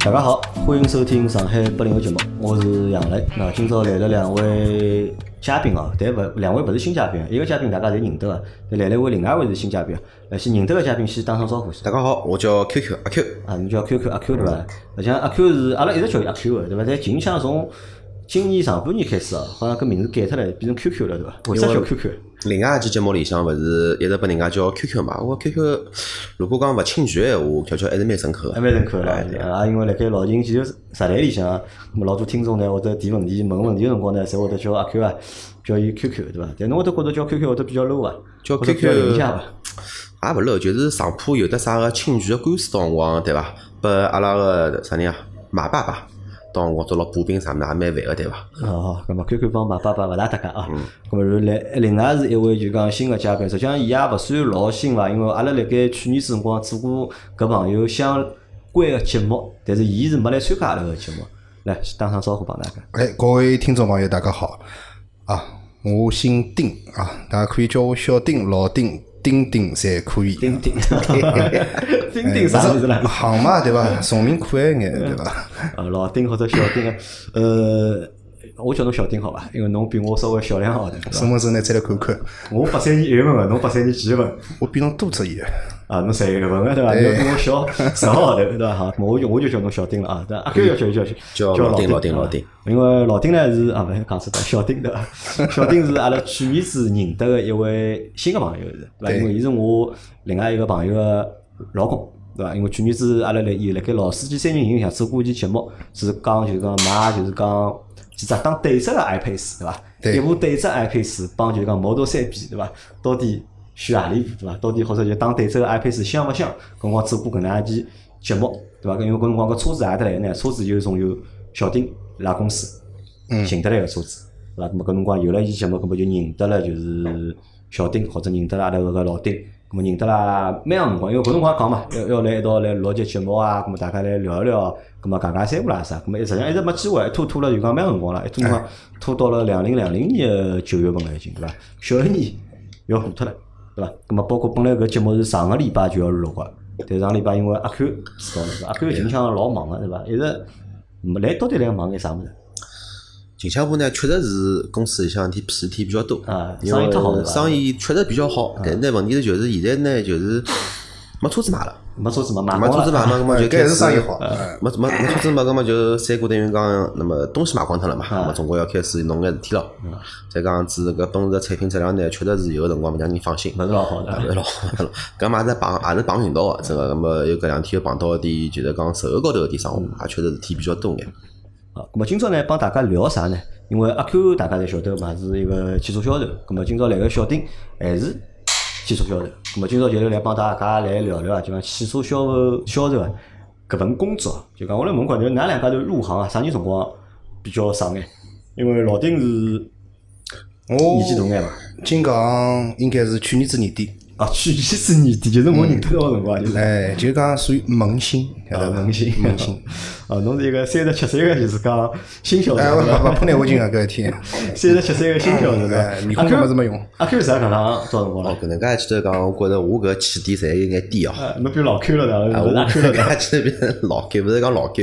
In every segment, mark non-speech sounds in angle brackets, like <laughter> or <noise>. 大家好，欢迎收听上海八零后节目，我是杨磊。那今朝来了两位嘉宾哦，但勿两位勿是新嘉宾，一个嘉宾大家侪认得个，但来了一位另外一位是新嘉宾。呃，先认得个嘉宾先打声招呼先。大家好，我叫 QQ 阿 Q，啊，侬叫 QQ 阿 Q 对伐？而且阿 Q 是阿拉一直叫伊阿 Q 个对伐？但近腔从今年上半年开始哦，好像搿名字改脱了，变成 QQ 了对伐？为啥叫 QQ？另外一期节目里向勿是一直拨人家叫 QQ 嘛？我 QQ 如果讲勿侵权闲话，QQ 还是蛮深刻还的。蛮认可哎了，对对啊，因为辣盖老近其实十来里向，啊那么老多听众呢，或者提问题、问问题个辰光呢，侪会得叫阿 Q 啊，叫伊 QQ 对伐？但侬会得觉得叫 QQ 会得比较 low 啊，叫或者比较 QQ 廉价伐？也勿 low，就是上铺有得啥个侵权个官司到辰光，对伐？拨阿拉个啥人啊，马爸爸到辰光做了补兵啥物事，也蛮烦个，对伐？哦，咁么 QQ 帮马爸爸勿大搭界啊。咁么然后来另外是一位就讲新个嘉宾，实际上伊也勿算老新伐，因为阿拉辣盖去年子辰光做过搿朋友相关个节目，但是伊是没来参加阿拉个节目。来，先打声招呼帮大家。哎，各位听众朋友，大家好啊！我姓丁啊，大家可以叫我小丁、老丁、丁丁侪可以。哎钉钉， <laughs> 钉钉啥意思嗯啦？行嘛，对伐？崇明可爱眼，对伐？呃，老丁或者小丁，呃，我叫侬小丁好伐？因为侬比我稍微小两个号头，对身伐？份证拿再来看看，我八三年一月份啊个，侬八三年几月份？我比侬多只一个。啊，侬十一月份个对伐？侬比我小十个号头对伐？好，我就我就叫侬小丁了啊，对伐阿 Q 要叫叫叫叫老丁老老丁啊老丁因为老丁呢是啊，勿是讲错脱，小丁对伐？小丁是阿拉去年子认得个一位新个朋友是，对伐？对因为伊是我另外一个朋友个老公。对伐？因为去年子阿拉辣伊辣盖老司机三人行里向做过一期节目，是讲就是讲买就是讲几只当对折个 iPace 对伐？对一部对折 iPace 帮就是讲 Model 三比对伐？到底选何里部对伐？到底或者就当对折个 iPace 香勿香？搿辰光做过搿能样一期节目对伐？因为搿辰光搿车子何得来呢？车子就是从有小丁伊拉公司寻得来个车子对伐？咾么搿辰光有了伊节目，搿么就认得了就是小丁或者认得了阿拉搿个老丁。咾么认啊得啦，蛮长辰光，因为搿辰光讲嘛，要要来一道来录节节目啊，咾么大家来聊一聊，啊咾么讲讲三胡啦啥，咾么实际上一直没机会，一拖拖了就讲蛮辰光了，一拖嘛拖到了两零两零年的九月份了已经，对伐？小一年要过脱了，对伐？咾么啊包括本来搿节目是上个礼拜就要录个，但上礼拜因为阿 Q 知道了，是吧阿 Q 近腔老忙个啊对伐？一直没来到底来忙眼啥物事近腔部呢，确实是公司里向事体屁事体比较多啊因生意为特好是吧啊生意确实比较好，但是呢，问题就是现在呢，就是没车子买了。没车子没买没光车子了，买嘛，那么就搿还开是始生意好。哎呃没没没车子嘛，搿么就三哥等于讲，那么东西买光脱了嘛，那么总归要开始弄眼事体了。再讲子搿奔驰的产品质量呢，确实是有个辰光勿让人放心。勿是老好啊的勿。是老好勿是老好搿嘛也是碰也是碰运道个，真个。那么有搿两天又碰到一点，就是讲售后高头一点生活，也确实事体比较多眼。好，啊咁么今朝呢，帮大家聊啥呢？因为阿 Q 大家侪晓得嘛，是一个汽车销售。咁么今朝来个小丁还是汽车销售。咁啊么今朝就来帮大家来聊聊啊，就讲汽车销售销售啊搿份工作。就讲我来问讲，就㑚两家头入行啊，啥人辰光比较爽眼？因为老丁是我年纪大眼嘛，今讲应该是去年子年底，啊，去年子年底就是我认得到个辰光，就是哎，就讲属于萌新，晓啊，得伐？萌新萌嗯新。 <laughs> 啊，侬是一个三十七岁个，就是讲新销售哎，勿对伐，勿勿碰难我 <laughs> 进啊，搿一天。三十七岁个新销售对伐啊哎，面孔搿么子没用。阿 Q 是啥搿能啊到辰光了哦？，搿能介记得讲，我觉着我搿起点侪有眼低哦。啊，侬比老 Q 了的，啊，勿我是阿 Q 了的。搿去那边老狗，勿是讲老狗，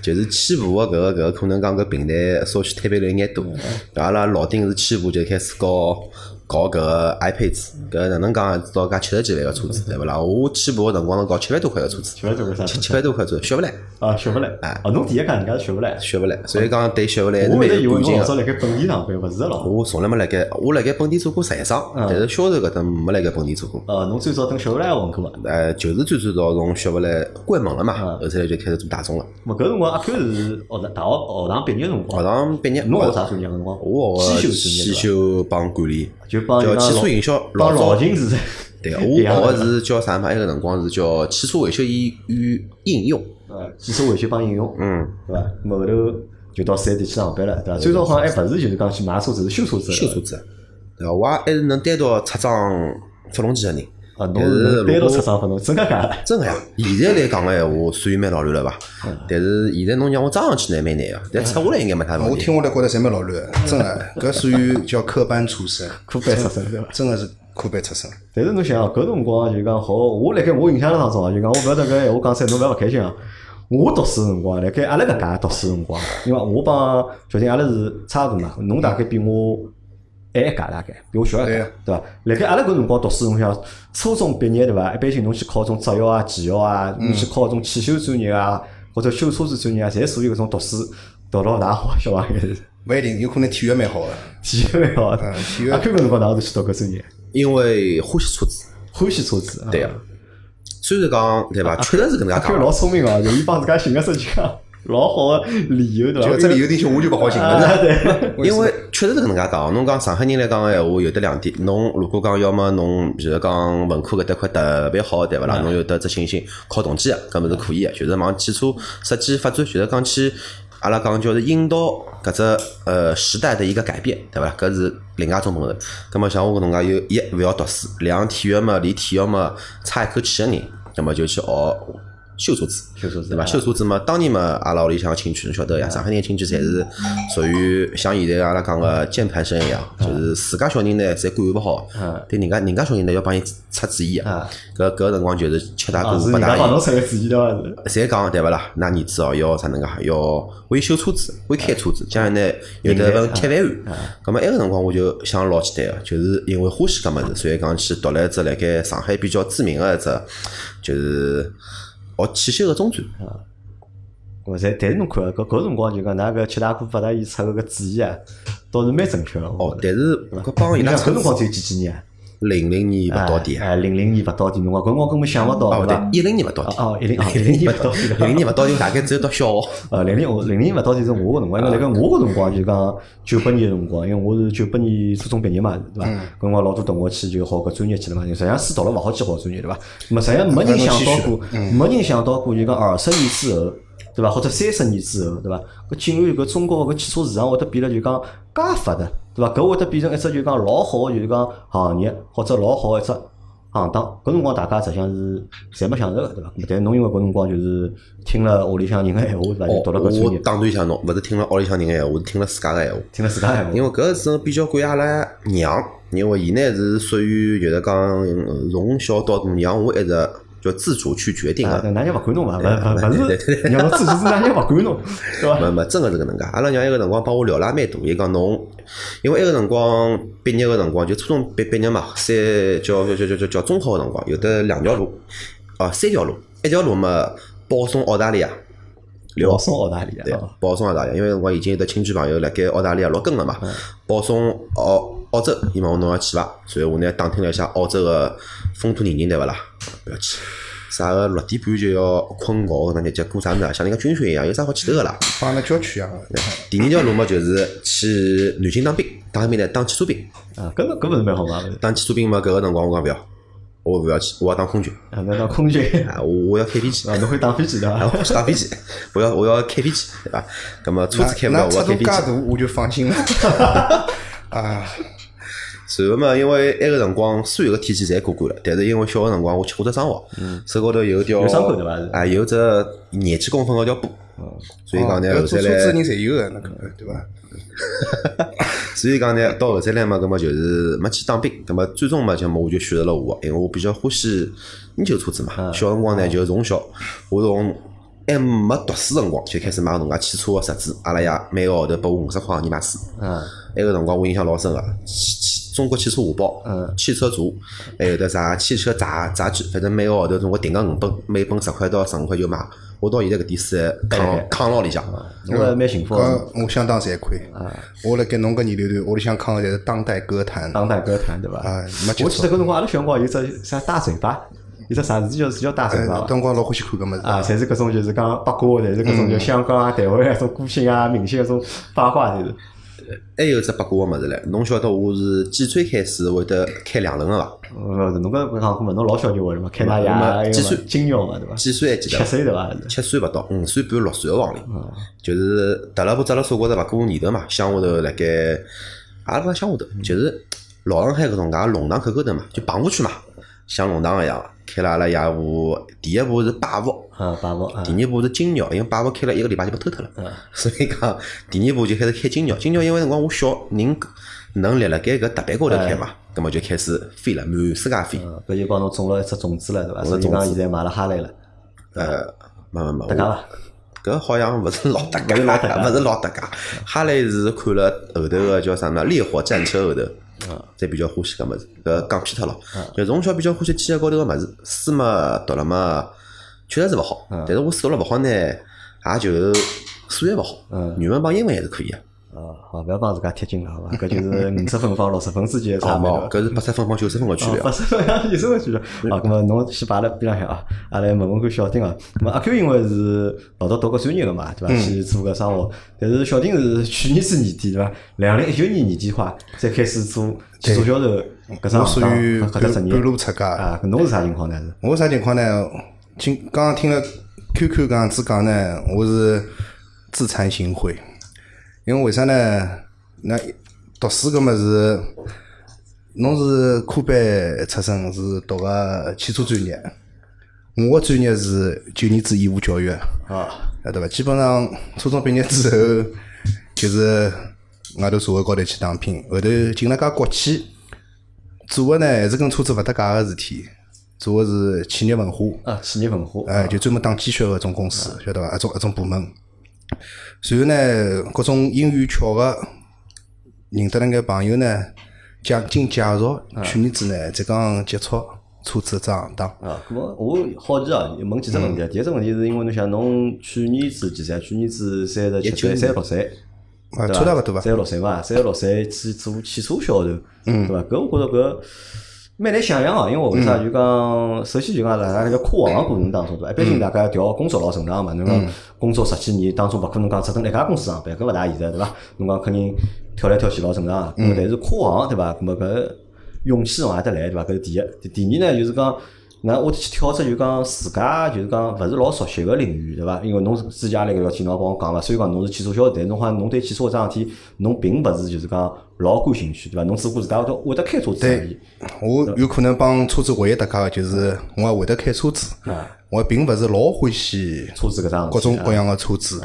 就是起步个搿个搿个，可能讲搿平台稍许推背了有眼多。嗯搿阿拉老丁是起步就开始搞搞搿个 iPad 子，搿哪能讲到介七十几万个车子对勿啦？我起步个辰光是搞七万多块个车子，学勿来 <laughs> 啥？七万多块车子学勿来，啊，学勿来。哎哦，侬第一家人家学勿来。学勿来，所以讲对学勿来是我蛮一直以有为感侬情老早个。啊辣盖本地上班，勿是的咯。我从来没辣盖，我辣盖本地做过实习生，嗯但是销售搿搭没辣盖本地做过。呃，侬最早等学勿来混过嘛？呃，就是最最早从学勿来关门了嘛，嗯后头来就开始做大众了。咾搿辰光阿 Q 是学堂大学学堂毕业辰学光，堂毕业，侬学啥专业搿辰光？我汽学修专业对伐的汽修帮管理，就帮叫人家汽老车营销。帮早老秦是。对，一样我学的是叫啥嘛？埃个辰光是叫汽车维修与与应用。呃，汽车维修帮应用，嗯，对伐？咾后头就到四 S 店去上班了，对伐？最早好像还勿是就是讲去买车子，是修车子。修车。子，对伐？我也还是能单独出装发动机个人。啊，侬但是是单如独果出厂分侬真个假？真个呀，现在来讲个闲话，算蛮老乱了吧？但是现在侬让我装上去呢，蛮难个，但出下来应该没啥问嗯我题。听下来觉得侪蛮老乱的，真的，搿属于叫科班出身，科班出身对伐？真的是科班出身。 <laughs> 但是侬想啊，搿辰光就讲好，我辣盖我印象当中啊，就讲我勿晓得搿闲话讲出来，侬勿要勿开心啊。我读书辰光，辣盖阿拉搿家读书辰光，啊因为我帮小丁阿拉是差大嘛，侬大概比我矮一届大概，比我小一对届呀，对啊伐？辣盖阿拉搿辰光读书，侬想初中毕业对伐？一般性侬去考种职校啊、技校啊，侬去考种汽修专业啊，或者修车子专业啊，侪属于搿种读书读到哪好小朋友， <laughs> 勿一定，有可能体育蛮好个。体育蛮好的。嗯体育阿 Q 搿辰光哪会得去读搿专业？因为欢喜车子，欢喜车子。对啊啊。虽然讲对伐，确实是搿能阿介 Q 讲老，聪明哦，容易帮自家寻个出去讲老好个理由对伐？就这里有点小，我就勿好寻啊了。对。因为确实是搿能介讲。侬讲上海人来讲个闲话，有得两点，侬如果讲要么侬比如讲文科搿搭块特别好，对勿啦？侬有得只信心考同济，搿么是可以个，就是往汽车设计发展，就是讲去。阿拉讲叫是引导搿只呃时代的一个改变，对伐？搿是另外一种本事。葛么像我搿能介，有一勿要读书，两体育嘛，离体育嘛差一口气个人，葛么就去学修车子，修车子对伐？修车子嘛，当年嘛，阿拉屋里向亲戚侬晓得啊呀，上海人亲戚侪是属于像现在阿拉讲个键盘声一样，啊就是自家小人呢侪管勿好嗯，对人家人家小人呢要帮伊出主意啊啊。搿搿辰光就是七大啊，姑是八人家大帮姨侬。出个主意对伐？是侪讲对勿啦？㑚儿子哦，要啥能介？要会修车子，会开啊车子，将来呢有得份铁饭碗。咁么埃个辰光我就想老简单个，就是因为欢喜搿物事，所以讲去读了一只辣盖上海比较知名个一只，就是学汽修个中专。我在，但是侬看啊，搿搿辰光就讲，㑚搿七大姑八大姨出搿个主意啊，倒是蛮正确个。哦哦，，但是搿帮伊伊拉拉搿出辰光只有几几年啊？零零年勿到点，哎，零零年勿到底，侬讲搿辰光根本想勿到，哦勿对对伐，？一零年勿 <laughs> 到点，哦，一零啊，一零年勿到底零零年勿到点，大概只有读 <laughs> 小学。呃，零零零零勿到底是我个辰光，因为辣盖我个辰光就讲九八年个辰光，因为我是九八年初中毕业嘛，对伐？搿辰光老多同学去就考搿专业去了嘛，实际上书读了勿好去考专业，对伐？那么实际上没人想到过，没人想到过就讲二十年之后，对伐？或者三十年之后，对伐？搿竟然搿中国搿汽车市场会得变得就讲介发达，对伐？搿会得变成一只就讲老好个就是讲行业，或者老好个一只行当，搿辰光大家实际上是侪没想着个，对伐？但侬因为搿辰光就是听了屋里向人个闲话，对伐？就哦，读了搿专我业，打断一下侬，勿是听了屋里向人个闲话，是听了自家个闲话。听了自家闲话。啊因为搿是比较感谢阿拉娘，因为伊呢是属于就是讲呃从小到大让我一直叫自主去决定啊，个。对哪家勿管侬伐？勿勿对勿是，让侬自己是哪家勿管侬， <laughs> 对伐？没没，真个是搿能介。阿拉娘一个辰光帮我聊了蛮大，伊讲侬，因为埃个辰光毕业个辰光就初中毕毕业嘛，三叫叫叫叫叫叫中考个辰光，有得两条路，哦三条路，一条路嘛保送澳大利亚，聊送澳大利对亚，啊，保送澳大利亚，因为我已经有得亲戚朋友辣盖澳大利亚落根了嘛，保送澳澳洲，伊问我侬要去伐？所以我呢打听了一下澳洲个风土人情，对勿啦？不要去，啥个六点半就要困觉，搿能日脚过啥物事啊？像人家军训一样，有啥好去头个啦？帮那郊区一啊样的。第二条路嘛，就是去南京当兵，当兵呢当汽车兵，啊，搿个搿勿是蛮好嘛？勿是啊当汽车兵嘛，搿个辰光我讲勿要，我勿要去，我要当空军，啊，侬当空军，啊，我我要开飞 <laughs> 机。啊，侬会打飞机对伐？啊，我去打飞机， <laughs> 我要我要开飞机，对伐？葛么车子开勿那了，那我尺要开飞度介机大。，我就 <laughs> 放心了。啊，随后嘛，因为埃个辰光所有个体检侪过关了，但是因为小个辰光我吃过只伤号，手高头有条有伤口对伐是啊，有只廿几公分个条布，所以讲呢，搿后头哦做车子来的人，侪有个，那个对伐？所以讲呢，到后头来嘛，葛么就是没去当兵，葛么最终嘛，就么我就选择了我，因为我比较欢喜研究车子嘛。小辰光呢，就从小我从还没读书辰光就开始买搿能介汽车个杂志，阿拉爷每个号头拨我五十块行钿买书。啊，埃个辰光我印象老深个，汽汽中国汽车画报，嗯汽车组，还有得啥汽车杂杂志，反正每个号头总归订个五本，每本十块到十五块就买。我到现在搿点书还哎扛扛牢里向，侬还蛮幸福嗯个，搿我相当惭愧。啊我辣盖侬搿年龄段，屋里向扛个侪是当代歌坛。当代歌坛对伐？啊没接触我记得搿辰光阿拉小辰光有只啥大嘴巴，有只啥事体叫叫大嘴哎巴伐？辰光老欢喜看搿物事啊，侪是搿种就是讲八卦的，侪是搿种就香港啊、台湾啊，种歌星啊、明星啊，种八卦侪是。还有只八卦个物事唻。侬晓得我是几岁开始会得开两轮个伐？呃，侬搿讲过嘛，侬老小就会了嘛，开大嗯牙那么还有几嘛岁金鸟嘛，对伐？几岁还记得七伐？岁对伐？七岁勿到，五岁半六岁个往里，就是特拉布扎拉手高头勿过年头嘛，乡下头辣盖，阿拉勿讲乡下头，就是老上海搿种介弄堂口口头嘛，就棚户区嘛，像弄堂一样的。开了阿拉爷部，第一部是百福，啊，八毛啊，第二部是金鸟，因为百福开了一个礼拜就被偷脱了嗯， <laughs> 所以讲第二部就开始开金鸟。金鸟因为辰光我小，人能立辣盖搿踏板高头开嘛，葛末就开始飞了，满世界飞。啊嗯搿就帮侬种了一只种子了，对伐？种所了以讲种子现在买了哈雷了，呃，没没没，搭界伐？搿好像勿是老搭界，勿是老搭界。哈雷是看了后头个叫啥么？烈火战车后头，才比较欢喜搿物事。搿讲偏脱了，就从小比较欢喜汽车高头个物事，书嘛读了嘛，确实是勿好。但是我书读了勿好呢，也就数学勿好，语文帮英文还是可以个。啊哦，好，勿要帮自家贴金了，好伐？搿就是五十分帮六十分之间的差好别嘛哦了。，搿是八十分帮九十分个区啊别啊哦，。八十分也是个 <laughs> 区别。好，那么侬先摆辣边浪向啊，阿拉问问看小丁啊。那么阿 Q 因为是老早读过专业个嘛，对嗯伐？去做搿生活，但是小丁是去年子年底对伐？两零一九年年底快才开始做汽车销售搿我桩属行啊当于搿只半职业半路出家。啊。搿侬是啥情况呢？是我啥情况呢？今刚刚听了 QQ 搿样子讲呢，我是自惭形秽，因为为啥呢？那读书搿么是，侬是科班出身，是读个汽车专业，我个专业是九年制义务教育。啊，啊，对伐？基本上初中毕业之后，就是外头社会高头去打拼，后头进了家国企，做的呢还是跟车子勿搭界个事体，做的是企业文化，啊，企业文化，哎，就专门打鸡血个一种公嗯司，晓得伐？一种一种部门。随后呢，各种因缘巧合，认得了眼朋友呢，介经介绍，嗯去年子呢才刚接触车子这行当。啊，咁么我好奇啊，问几只问题啊。嗯第一只问题是因为侬想侬去年子几岁啊？去年子三十七岁，三十六岁，啊，对差大勿多伐？三十六岁嘛，三十六岁去做汽车销售，对伐？搿我觉着搿蛮难想象啊，因为为啥就讲，首先就讲辣辣搿个跨行过程当中，对伐？一般性大家调工作老正常嘛，侬讲工作十几年当中，勿可能讲只跟一家公司上班，搿勿大现实，对伐？侬讲肯定跳来跳去老正常，咾么但是跨行对伐？咾么搿勇气从何得来对伐？搿是第一，第第二呢就是讲。那我去挑只就讲自家就是讲勿是老熟悉个领域，对伐？因为侬是之前阿拉搿聊天，侬也帮我讲伐？虽然讲侬是汽车销售，但侬好像侬对汽车搿桩事体，侬并勿是就是讲老感兴趣，对伐？侬只顾自家会得会得开车子而已。我有可能帮车子唯一搭界个就是我也会得开车子，嗯我并勿是老欢喜车子搿桩各事种体啊，各样个车子，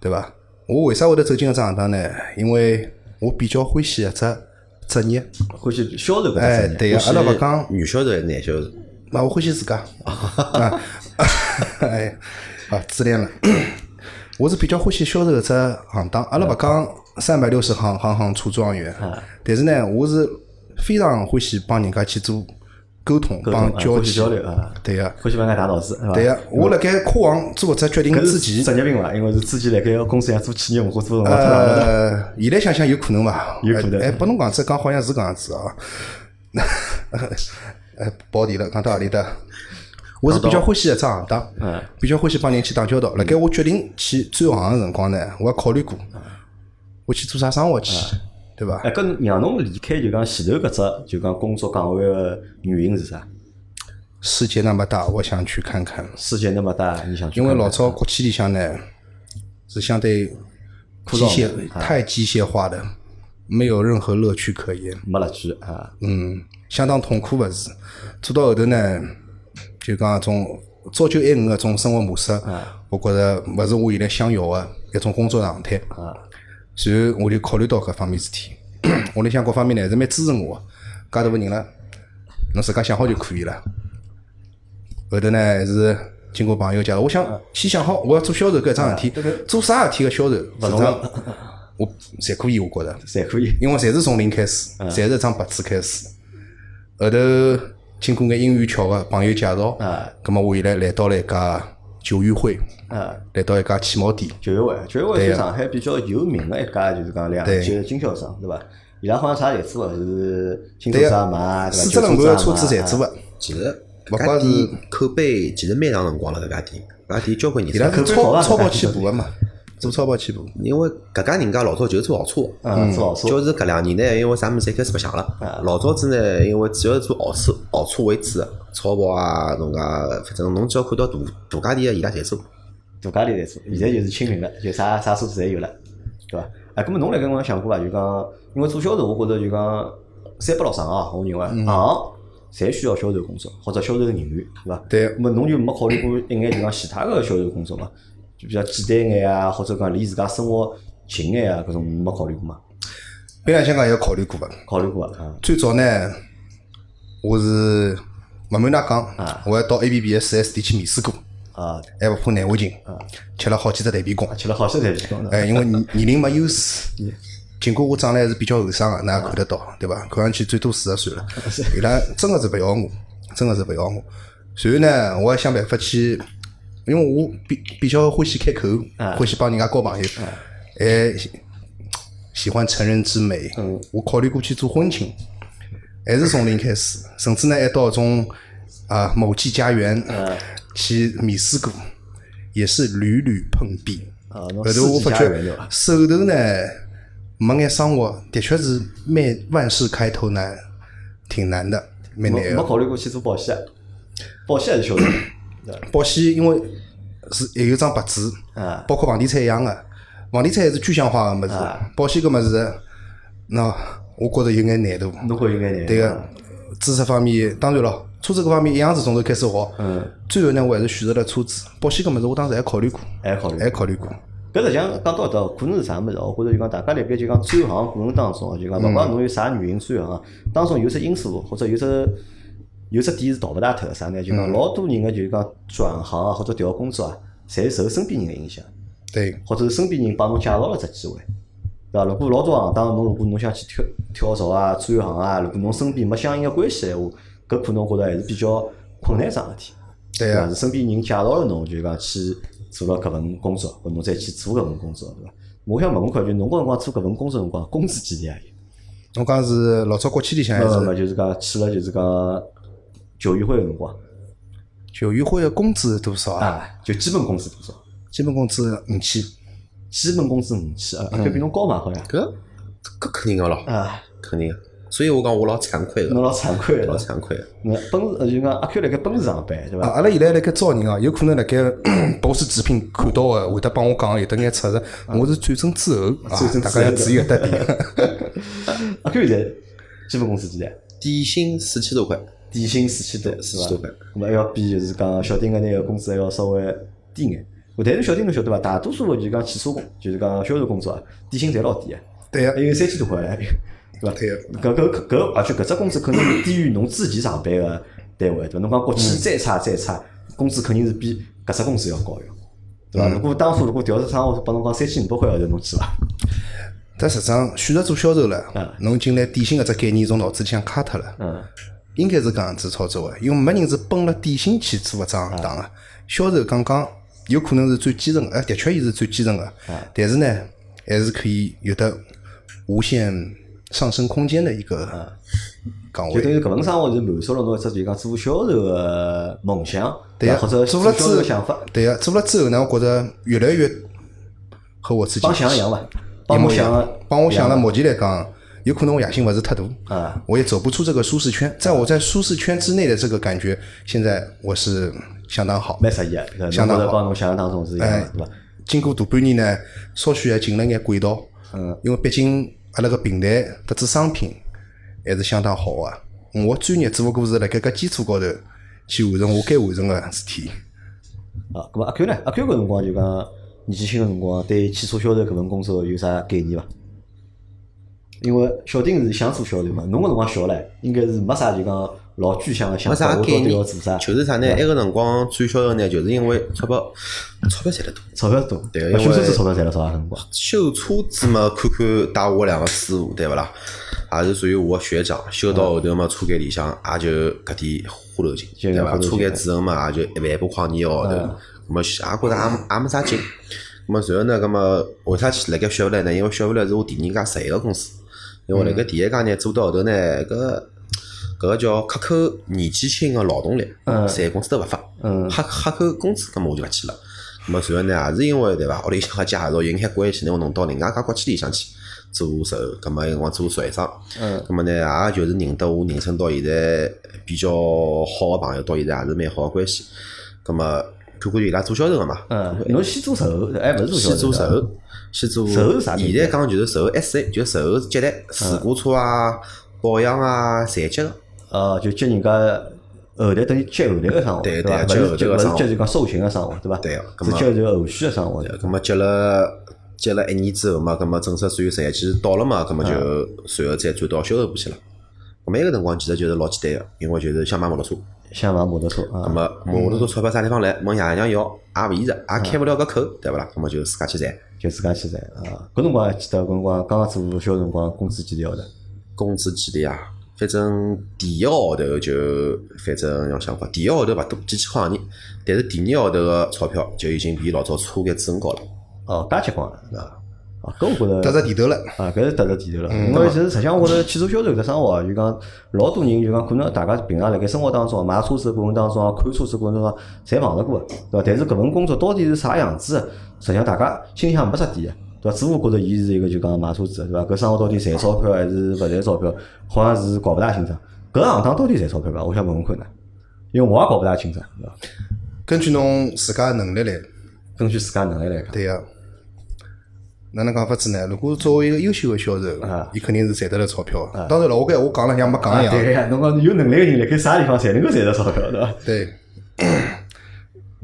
对伐？我为啥会得走进搿只行当呢？因为我比较欢喜一只职业，欢喜销售搿桩哎，事体。啊对个，阿拉勿讲，女销售还是男销售？那我欢喜自家， <laughs> 啊，哎，啊，自恋了。 <coughs> 我是比较欢喜销售搿只行当，阿拉勿讲三百六十行，行行出状元，啊但是呢，我是非常欢喜帮人家去做沟通，沟通帮啊交欢喜际交流啊，对个。欢喜帮人家打脑子，对伐？对啊个，我辣盖跨行做搿只决定搿之是前，职业病伐？因为是之前辣盖公司像做企业文化做辰光太长了，呃，现在想想有可能伐？有可能哎，哎拨侬讲只讲好像是搿样子啊。 <laughs> 哎，跑题了，讲到何里搭？我是比较欢喜一只嗯行当，比较欢喜帮人去打交道。辣盖我决定去转行个辰光呢，我也考虑过，我去做啥生活去，对伐？哎，搿让侬离开就讲前头搿只就讲工作岗位个原因是啥？世界那么大，我想去看看。世界那么大，你想去因为看老看早国企里向呢是相对机械嗯太机械化的，没有任何乐趣可言，没乐趣啊。嗯，相当痛苦勿是？做到后头呢，就讲一种朝九晚五搿种生活模式，我觉着勿是我现在想要的一种工作状态。随后我就考虑到搿方面事体， <clears throat> 屋里向各方面呢还是蛮支持我的，家大个人了，侬自家想好就可以了。后头呢还是经过朋友介绍，我想先想好我要做销售搿桩事体，做啥事体个销售，勿容易我 <laughs> 侪可以，我觉着。侪可以。因为侪是从零开始，侪是一张白纸开始。后头经过眼因缘巧合，朋友介绍，啊咁么我现在来到了一家酒友会，啊，来到一家汽贸店，九月会，九月会是上海比较有名的一家，就是讲两对就是经销商，对伐？伊拉好像啥侪做的，就是新车对子也个买，对伐？四只轮旧盘的子车也子买侪做啊个，其实勿搿光家是店口碑其实蛮长辰光了，搿家店，搿家店交关年伊数拉了。是口碑好超啊超跑搿家起步个嘛，做超跑起步。因为搿家人家老早就是做豪车，嗯做豪车就是搿两年呢，因为啥物事侪开始白相啊了。老早子呢，因为主要是做豪车、豪车为主的，超跑啊，侬介，反正侬只要看到大大家店的，伊拉侪做。大家里侪做，现在就是清零了，就啥啥车子侪有了，对伐？啊，咁么侬辣搿辰光想过伐？就讲，因为做销售，我觉着就讲三不六上啊，我认为嗯行侪需要销售工作或者销售人员，对伐？对咁么侬就没考虑过一眼就讲其他个销售工作嘛？就比较简单眼啊，或者讲离自家生活近眼啊，搿种没考虑过嘛？边浪向讲也有考虑过个，考虑过啊？最早呢，我是勿瞒㑚讲，我还到 A B B 的 4S 店去面试过。啊啊，还勿怕难为情，吃了好几只蛋皮公。吃了好些才去讲哎，因为年年龄没优势，尽管我长得还是比较后生个，那看得到，对伐？看上去最多四十岁了，伊拉真个是勿要我，真个是勿要我。随后呢，我还想办法去，因为我比比较欢喜开口，欢喜帮人家交朋友，还喜喜欢成人之美。我考虑过去做婚庆，还是从零开始，甚至呢还到种啊某记家园去面试过，也是屡屡碰壁。啊，后侬头我私发底下人对觉伐？手头呢没眼生活，的确是蛮万事开头难，挺难的，蛮难没没的。考虑过去做保险，保险还是晓得对伐保险因为是还有一张白纸，啊包括房地产一样的，房地产还是具象化的物事啊，保险搿物事，那我觉着有眼难度。侬会有眼难。对个，知识方面当然了，车子搿方面一样是从头开始学。嗯。最后呢，我还是选择了车子，保险搿物事我当时还考虑过，还考虑还考虑过。搿实际上讲到搿，可能是啥物事哦？或者就讲大家辣盖就讲转行过程当中哦，就讲勿管侬有啥原因转行啊，当中有只因素或者有只有只点是逃勿大脱个啥呢？就讲老多人个就是讲转行啊或者调工作啊，侪是受身边人个影响，对，或者是身边人帮侬介绍了只机会。对伐？如果老早行当侬如果侬想去跳跳槽啊、转行啊，如果侬身边没相应个关系闲话，搿可能我觉着还是比较困难桩事体。对伐？啊是身边人介绍了侬，就是讲去做了搿份工作，或者侬再去做搿份工作，对伐？我想问问看，就侬搿辰光做搿份工作辰光，工资几钿啊？侬讲是老早国企里向还没是没，就是讲去了就是讲球员会个辰光球员会的工资是多少啊？啊，就基本工资多少？基本工资五千，基本工资五千啊，搿比侬高嘛好像搿搿肯定个咯，啊，嗯肯定。个。所以我讲我老惭愧侬个，老惭愧老了。惭愧个。那奔呃就讲阿 Q 辣盖奔驰上班对啊，伐？阿拉现在辣盖招人啊，有可能辣盖 <coughs> 博士直聘看到个，会得帮我讲的有得眼出入。我是战争之后啊战争，大之家后要注意搿搭点。阿 Q 现在基本工资几钿？底薪四千多块，底薪四千多是四伐？千多块。咁么还要比就是讲小丁个那个工资还要稍微低眼。我但是小丁侬晓得伐？大多数个就是讲汽车工，就是讲销售工作啊，底薪侪老低个，对呀还，有三千多块还有，对伐？对呀搿搿搿，而且搿只工资肯定是低于侬之前上班个单位，对伐？侬讲国企再差再差，工资肯定是比搿只工资要高个，对嗯伐？如果当初如果调只生活帮侬讲三千五百块一个号头，侬去伐？但实际上选择做销售嗯了，侬进来底薪搿只概念从脑子里向卡脱了。嗯，应该是搿样子操作啊个，因为没人是奔了底薪去做搿桩行当个。销售刚刚有可能是最基层个，哎，的确伊是最基层个，嗯但是呢，还是可以有得无限上升空间的一个嗯岗就等位。于搿份生活就满足了侬一只就是讲做销售个梦想，对呀，伐或者做了之销售后个想法。，对呀，做了之后呢，我觉着越来越和我自己帮想一样伐？帮我想的，帮我想了，目前来讲，有可能我野心勿是太大啊，我也走不出这个舒适圈。在我在舒适圈之内的这个感觉，现在我是相当好。蛮适意的，对吧相当啊侬觉得好帮侬想象当中是一样哎的，对伐？经过大半年呢，稍许还进了眼轨道。嗯，因为毕竟阿拉个平台得知商品还是相当好个、我专业只不过是辣盖搿基础高头去完成我该完成个事体。啊，咁么阿 Q 呢？阿 Q 搿辰光就讲年纪轻个辰光，啊对汽车销售搿份工作有啥概念伐？因为小丁是想做销售嘛，侬搿辰光小唻，应该是没啥就讲老具象个想没法，啥我到概底念要嗯做啥，，就是啥呢？埃个辰光转销售呢，就是因为钞票钞票赚得多。钞票多，对啊因修车为子钞票赚了少啊搿辰光，修车子嘛，看看带我两个师傅，对勿啦？也是属于我个学长，修到后头嘛，车间里向也就搿点花头劲，就对有花伐？头劲哎车间主任嘛，也就一万把块钿一个号头，咁么也觉着也没也没啥劲。咁么然后呢，咁么为啥去辣盖雪佛兰呢？因为雪佛兰是我第二家实习个公司，因为辣盖第一家呢做到后头呢，搿搿个叫克扣年纪轻个劳动力，嗯实习公司都勿发，嗯黑黑扣工资，咁么我就勿去了。咁么随后呢，也是因为对伐，屋里向个介绍有眼关系，拿我弄到另外一家国企里向去做售，咁么有辰光做售商，嗯咁么呢，也就是认得我人生到现在比较好个朋友，到现在也是蛮好个关系。咁么看看伊拉做销售个嘛，嗯，侬先做售后，还哎勿是做销先售做对吧，售后，先做售后是啥概念嗯现在讲就是售后 S A，就是售后接待、事故车啊、保养啊、残疾个。呃，就接人家后台等于接后台个生活，对伐？对接勿后是台接勿是接就个生活讲售前个生活，对伐？对个咁是么接就后续个生活，对，咁么接了接了一年之后嘛，咁么正式算于实习期到了嘛，咁么就随后再转到销售部去了。么埃个辰光其实就是老简单个，因为就是想买摩托车，想买摩托车那啊，么摩托车钞票啥地方来？问爷娘要，也勿现实，也开勿了搿口，对勿啦？那么就自家去赚。就自家去赚啊。搿辰光还记得，搿辰光刚刚做小辰光，工资几钿号头？工资几钿啊？反正第一个号头就，反正要想法，第一个号头勿多，几千块钿，但是第二个号头个钞票就已经比老早车间子升高了。哦，介结棍了，是吧？啊，搿我觉着踏实地头了，啊，搿是踏实地头了。因为其实实际上，我觉着汽车销售搿生活啊，就讲老多人就讲，可能大家平常辣盖生活当中啊买车子的过程当中啊，看车子过程当中啊，侪碰着过的，对伐？但是搿份工作到底是啥样子的，实际上大家心里向没啥底个，对伐？只不过觉着伊是一个就讲买车子的，对伐？搿生活到底赚钞票还是勿赚钞票，好像是搞勿大清爽。搿行当到底赚钞票伐？我想问问看呢，因为我也搞勿大清爽，对伐？根据侬自家的能力来，根据自家能力来讲，对个。哪能讲法子呢？如果作为一个优秀的销售啊，伊肯定是赚得了钞票的。当然了，我跟我讲了像没讲一样，对呀，侬讲有能力个人辣盖啥地方才能够赚到钞票，对伐？对，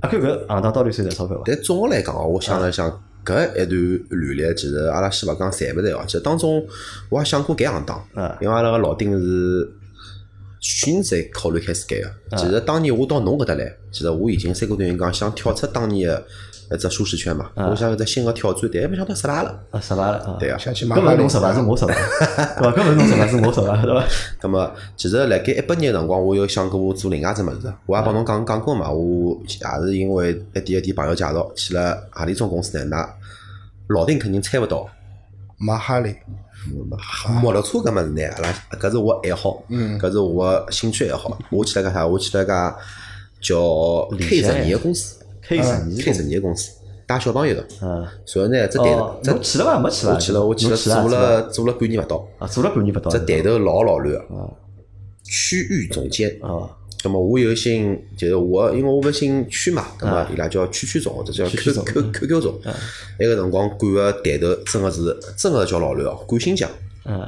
阿 Q 搿行当到底赚到钞票伐？但总的来讲啊，我想了想，搿一段履历，其实阿拉先勿讲赚勿赚哦，其实当中我也想过搿行当啊，因为阿拉个老丁是去年才考虑开始改个。其实当年我到侬搿搭来，其实我已经三个多人讲想跳出当年个一只舒适圈嘛，我想有只新个挑战，但没想到失败了。啊，失败了啊！对个，想去搿买勿是买侬失败，是我失败，对伐？搿勿是侬失败，是我失败，对伐？咁么，其实辣盖一八年个辰光，我有想过我做另外只物事，我也帮侬讲讲过嘛，我也是因为一点一点朋友介绍去了何里种公司呢？那老丁肯定猜勿到，买哈雷，摩托车搿物事呢，阿拉搿是我爱好，嗯搿是我个兴趣爱好。我去了家啥？我去了家叫 K 理想呀十二个公司开十二，K 十二个公司带小朋友个，啊！然后呢，只哦带，只侬去了伐？没去伐？我去了，我去侬去了，做是伐了做了半年勿到，啊，做了半年勿到。只是伐抬头老老乱个，区域总监。哦那么我有姓，就是我，因为我们姓区嘛，那么伊拉叫区区总，或者叫啊区区 Q 总嗯 Q Q Q 总。那个辰光管个抬头真个是，真个叫老乱哦，管新疆，嗯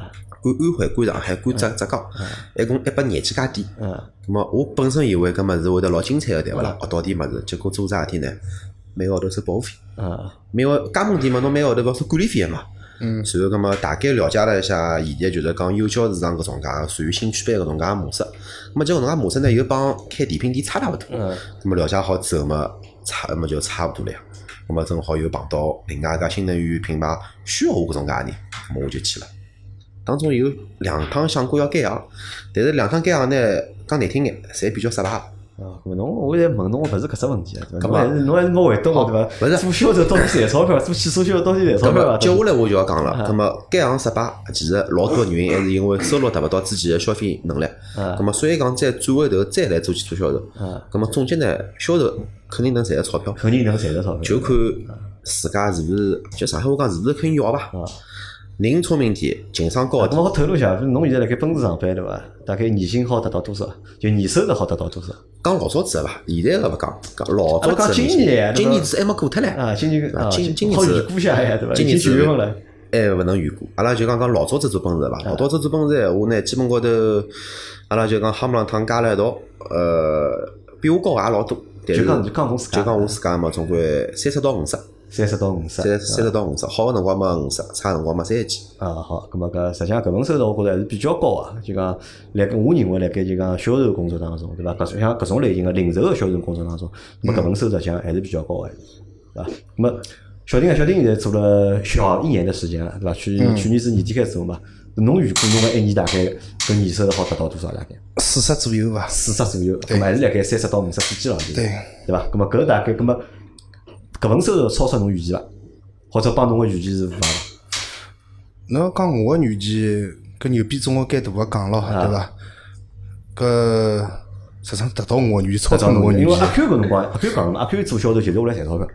管安徽，管上海，管浙浙江，一共一百廿几家店。嗯那么我本身以为搿物事会得老精彩个，对勿啦？学到点物事，结果做啥事体呢？每个号头收保护费，嗯每个加盟店嘛，侬每个号头勿要收管理费个嘛。嗯然后，葛么大概了解了一下，现在就是讲幼教市场搿种介属于兴趣班搿种介模式。葛么，这搿种介模式呢，又帮开甜品店差大勿多。嗯葛么了解好之后嘛，差么就差勿多了呀。葛么正好又碰到另外一家新能源品牌需要我搿种介人，葛么我就去了。当中有两趟想过要改行，但是两趟改行呢，讲难听眼，侪比较失败。啊！咾么侬我现在问侬，我勿是搿只问题啊，对伐？搿侬还是侬还是没回答我，对伐？勿是做销售到底赚钞票，做汽车销售到底赚钞咁票伐？么接下来我就要讲了，咁么该行失败，其实老多原因还是因为收入达勿到自己的消费能力。嗯咁么所以讲再转回头再来做汽车销售嗯，咁么总结呢，销售肯定能赚到钞票，肯定能赚到钞票。就看自家是勿是，就上海话讲是勿是肯要伐？啊，人聪明点，情商高咾点，哦么好透露一下，侬现在辣盖奔驰上班对伐？大概年薪好达到多少？就年收入好达到多少？讲老早子的伐？现在个勿讲，讲老早啊讲子的今年今对年伐子还没过脱唻。啊，今年啊，今今年好是预估一下呀，啊对伐？今已年经是九月份了，还勿哎能预估。阿拉就讲讲老早子做奔驰伐，啊老早子做奔驰闲话呢，基本高头阿拉就讲哈姆浪汤加了一道，呃，比我高也老多，但。就讲啊就是讲侬自家，就讲我自家嘛，总归三十到五十，三十到五十，三三十到五十，好个辰光嘛五十，差个辰光嘛三十几。啊，好，咁么搿实际上搿份收入我觉着还是比较高啊，就讲辣盖我认为辣盖就讲销售工作当中，对伐？搿种像搿种类型个零售个销售工作当中，咁么搿份收入实际上还是比较高个，对伐？咁么小丁啊，小丁现在做了小一年的时间了，啊对伐？去去年是年底开始做嘛，侬预估侬个一年大概搿年收入好达到多少大概？四十左右伐？四十左右，咁么还是辣盖三十到五十之间了，对，对伐？咁么搿大概咁么搿份收入超出侬预期伐？或者帮侬个预期是符合伐？侬要讲我个预期，搿牛逼总归该大个啊讲咯，对伐？搿实际上达到我个预期，超出我个预因为期阿。Q 搿辰光，阿 Q 讲了嘛，阿 Q 做销售就是为了赚钞票，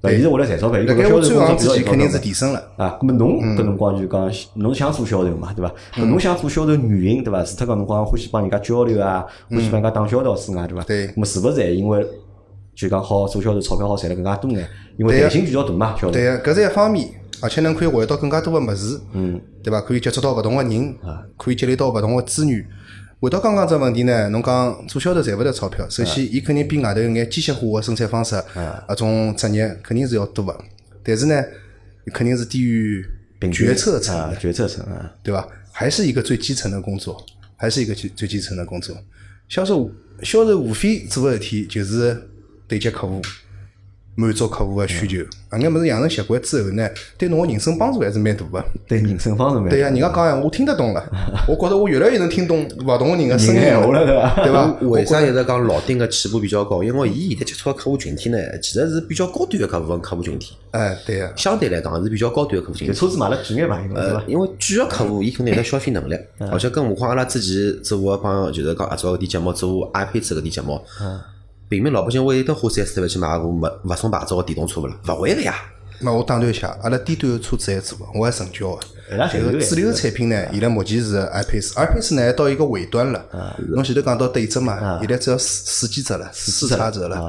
对，伊是为了赚钞票，伊辣搿盖销我售转工作行比较之前赚钞肯定嗯票。是提升了。啊，那么侬搿辰光就讲，侬想做销售嘛，对伐？嗯搿侬想做销售原因对伐？除脱搿辰光欢喜帮人家交流啊，欢喜帮人家打交道之外，啊对伐？嗯对那么是勿是还因为就讲好做销售钞票好赚了更加多眼？因为对弹呀性比较大嘛，销售对。啊个，搿是一方面，而且能可以学到更加多个物事，嗯，对伐？可以接触到勿同个人，可以积累到勿同个资源。回到刚刚只问题呢，侬讲做销售赚勿着钞票，首先伊肯定比外头有眼机械化个生产方式，啊种职业肯定是要多个，但是呢，肯定是低于平均决策层啊，决策层啊，对吧？还是一个最基层的工作，还是一个最最基层的工作。销售销售无非做个事体就是对接客户，满足客户的需求。搿眼物事养成习惯之后呢，对侬个人生帮助还是蛮大个。对人生方面蛮。对啊呀，人家讲闲话我听得懂了，我觉着我越来越能听懂勿同个人个声音人的闲话了对吧对 <laughs> 啊伐？为啥一直讲老丁个起步比较高？因为伊现在接触个客户群体呢，其实是比较高端个客户客户群体，哎，对呀，相对来讲是比较高端个客户群就体。车子买了贵眼吧，应该是呃吧，？嗯因为主要客户伊可能有消费能力，而且更何况阿拉之前做过帮就是讲合作搿点节目，做 iPad 搿点节目，嗯平民老百姓会得花三四万去买过没勿送牌照个电动车勿啦？勿会个呀。那我打断一下，阿拉低端个车子还做，我还成交个。人家侪有就的是主流产品呢，伊拉目前是 iPace，iPace 呢到一个尾端了。侬前头讲到对折嘛，现在只要四四几折了，四叉折了。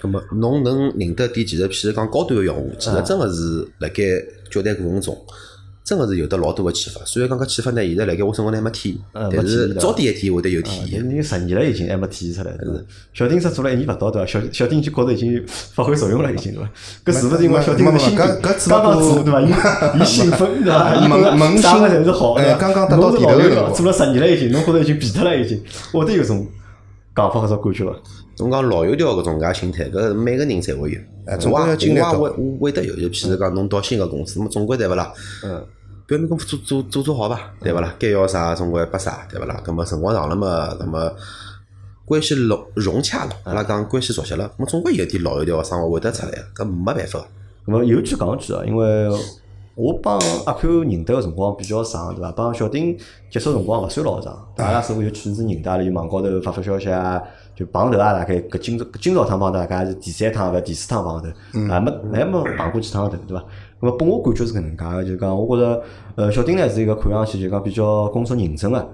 咁么，侬能认得点，其实譬如讲高端个用户，其啊实真个是辣盖交谈过程中，真个是有得老多个启发。虽然讲搿启发呢，现在辣盖我生活还没体嗯没验，但体验是到早点一天会得有啊体有验。人十年了已经还没体现出来，对嗯吧？小丁只做了一年勿到，对伐？小小丁就觉着已经发挥作用了，已经对伐？搿是勿是因为小丁没是没兴没奋，搿搿只不刚刚过做对 <laughs> 伐？伊伊兴奋对伐？啊 <laughs> 伊觉得萌萌 <laughs> 啥物新事侪是好的，哎对伐刚刚达到侬是底老头的头辰了，光做了十年了已经，侬觉着已经疲脱了已经，会得有种讲法或者感觉伐？侬讲老油条搿种介心态，搿每个人侪会有。呃哎总我归也要经历我也到会我会得有，就譬如讲侬到新个公司，那么总归对勿啦？嗯。表面功夫做做做做好伐，对勿啦？该要啥总归拨啥，对勿啦？葛么辰光长了嘛，葛么关系融融洽了，阿拉讲关系熟悉了，么总归有点老油条个生活会得出来个，搿没办法。咁么有句讲句啊，因为我帮阿 Q 认得个辰光比较长，对伐？帮小丁接触辰光勿算老长，阿拉手下有圈子认得，阿拉有网高头发发消息啊，就碰头啊，大概搿今朝搿今朝趟碰头，大概是第三趟勿第四趟碰头，啊没还没碰过几趟头，对伐？咁么拨我感觉是搿能介个，就是讲我觉着，呃，小丁呢是一个看上去就是讲比较工作认真个，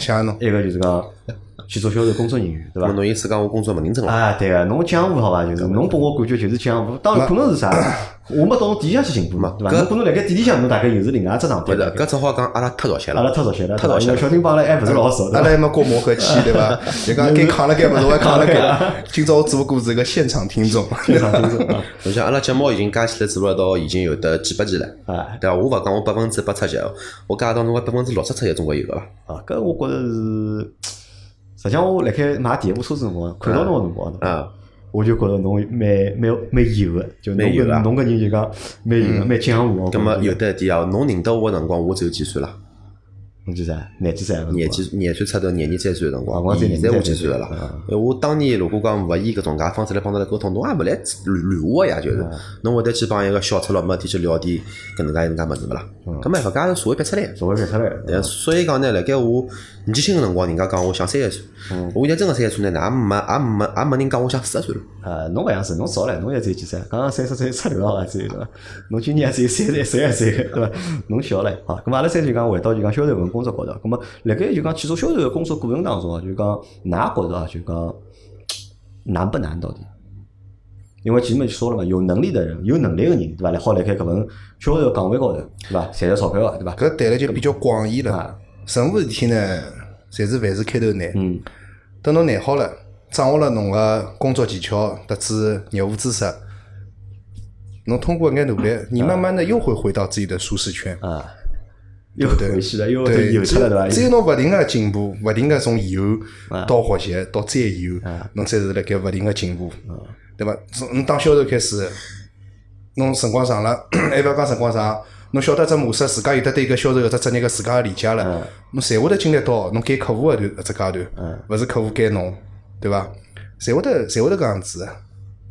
谢谢侬。一个就是讲去做销售工作人员，对伐那么？侬意思讲我工作勿认真了？啊，对个，侬江湖好伐？就是侬拨我感觉就是江湖，当然可能是啥，我没到侬店里向去寻过嘛，对伐？搿侬可能辣盖店里向侬大概又是另外一只场勿地是了，，搿只好讲阿拉太熟悉阿拉了。太熟悉了，太对伐熟悉因为了小丁帮阿拉还勿是老熟，对阿伐拉？还没过磨合期，对伐？就讲该扛了该物事，我也扛了该。今朝我只不过是个现场听众，非常清楚啊侬像阿拉节目已经加起来做了到已经有得几百期了，啊对伐？我勿讲我百分之八十几，哦我加到侬个百分之六十出来总归有个伐？啊！搿我觉着是，实际上我辣盖买第一部车子辰光，看到侬个辰光，啊，我就觉着侬蛮蛮蛮有个，就侬蛮有搿啊侬搿人就讲蛮有个，蛮江湖。我葛觉么着有得一点啊，侬认得我个辰光，我只有几岁了？侬几啥？廿几岁啊？廿几廿岁出头，廿二三岁个辰啊我光，只有现在廿我二几三岁岁了啊啦？哎我当年如果讲勿以搿种介方式来帮阿拉沟通，侬也勿来乱我呀，就是侬会得去帮一个小赤佬没事体去聊点搿能介搿能介物事勿啦？啊搿没办法，搿也是社会逼出来的。社会看出来了。但所以讲呢，辣盖我年纪轻个辰光，人家讲我像三十岁，我现在真个三十岁呢，也没也没也没人讲我像四十岁了。呃，侬勿像是，侬早唻，侬现在只有几岁啊？刚刚三十岁出头啊，只有对伐？侬今年也只有三十岁、岁对伐？侬小唻，好，咁嘛阿拉三就讲回到就讲销售搿份工作高头，咁么辣盖就讲去做销售个工作过程当中啊，就讲㑚觉着啊，就讲难不难到底？因为前面就说了嘛，有能力的人，有能力个人，对伐？来好辣盖搿份销售岗位高头，对伐？赚着钞票个，啊对伐？搿谈了就比较广义啊了。任何事体呢，侪是凡事开头难。嗯，等侬拿好了，掌握了侬个工作技巧，得知业务知识，侬通过一眼努力，你慢慢的又会回到自己的舒适圈。啊，又回去了，又又只去了，对伐？有只有侬勿停个进步，勿停个从有啊到学习到再有，侬才是辣盖勿停个进步，啊对伐？从侬当销售开始，侬辰光长了， <clears throat> 还勿要讲辰光长，侬晓得只模式，自家有得对搿销售搿只职业个自家个理解啊嗯了，侬侪会得经历到侬该客户个搿只阶段，勿是客户该侬，对伐？侪会得侪会得搿样子的。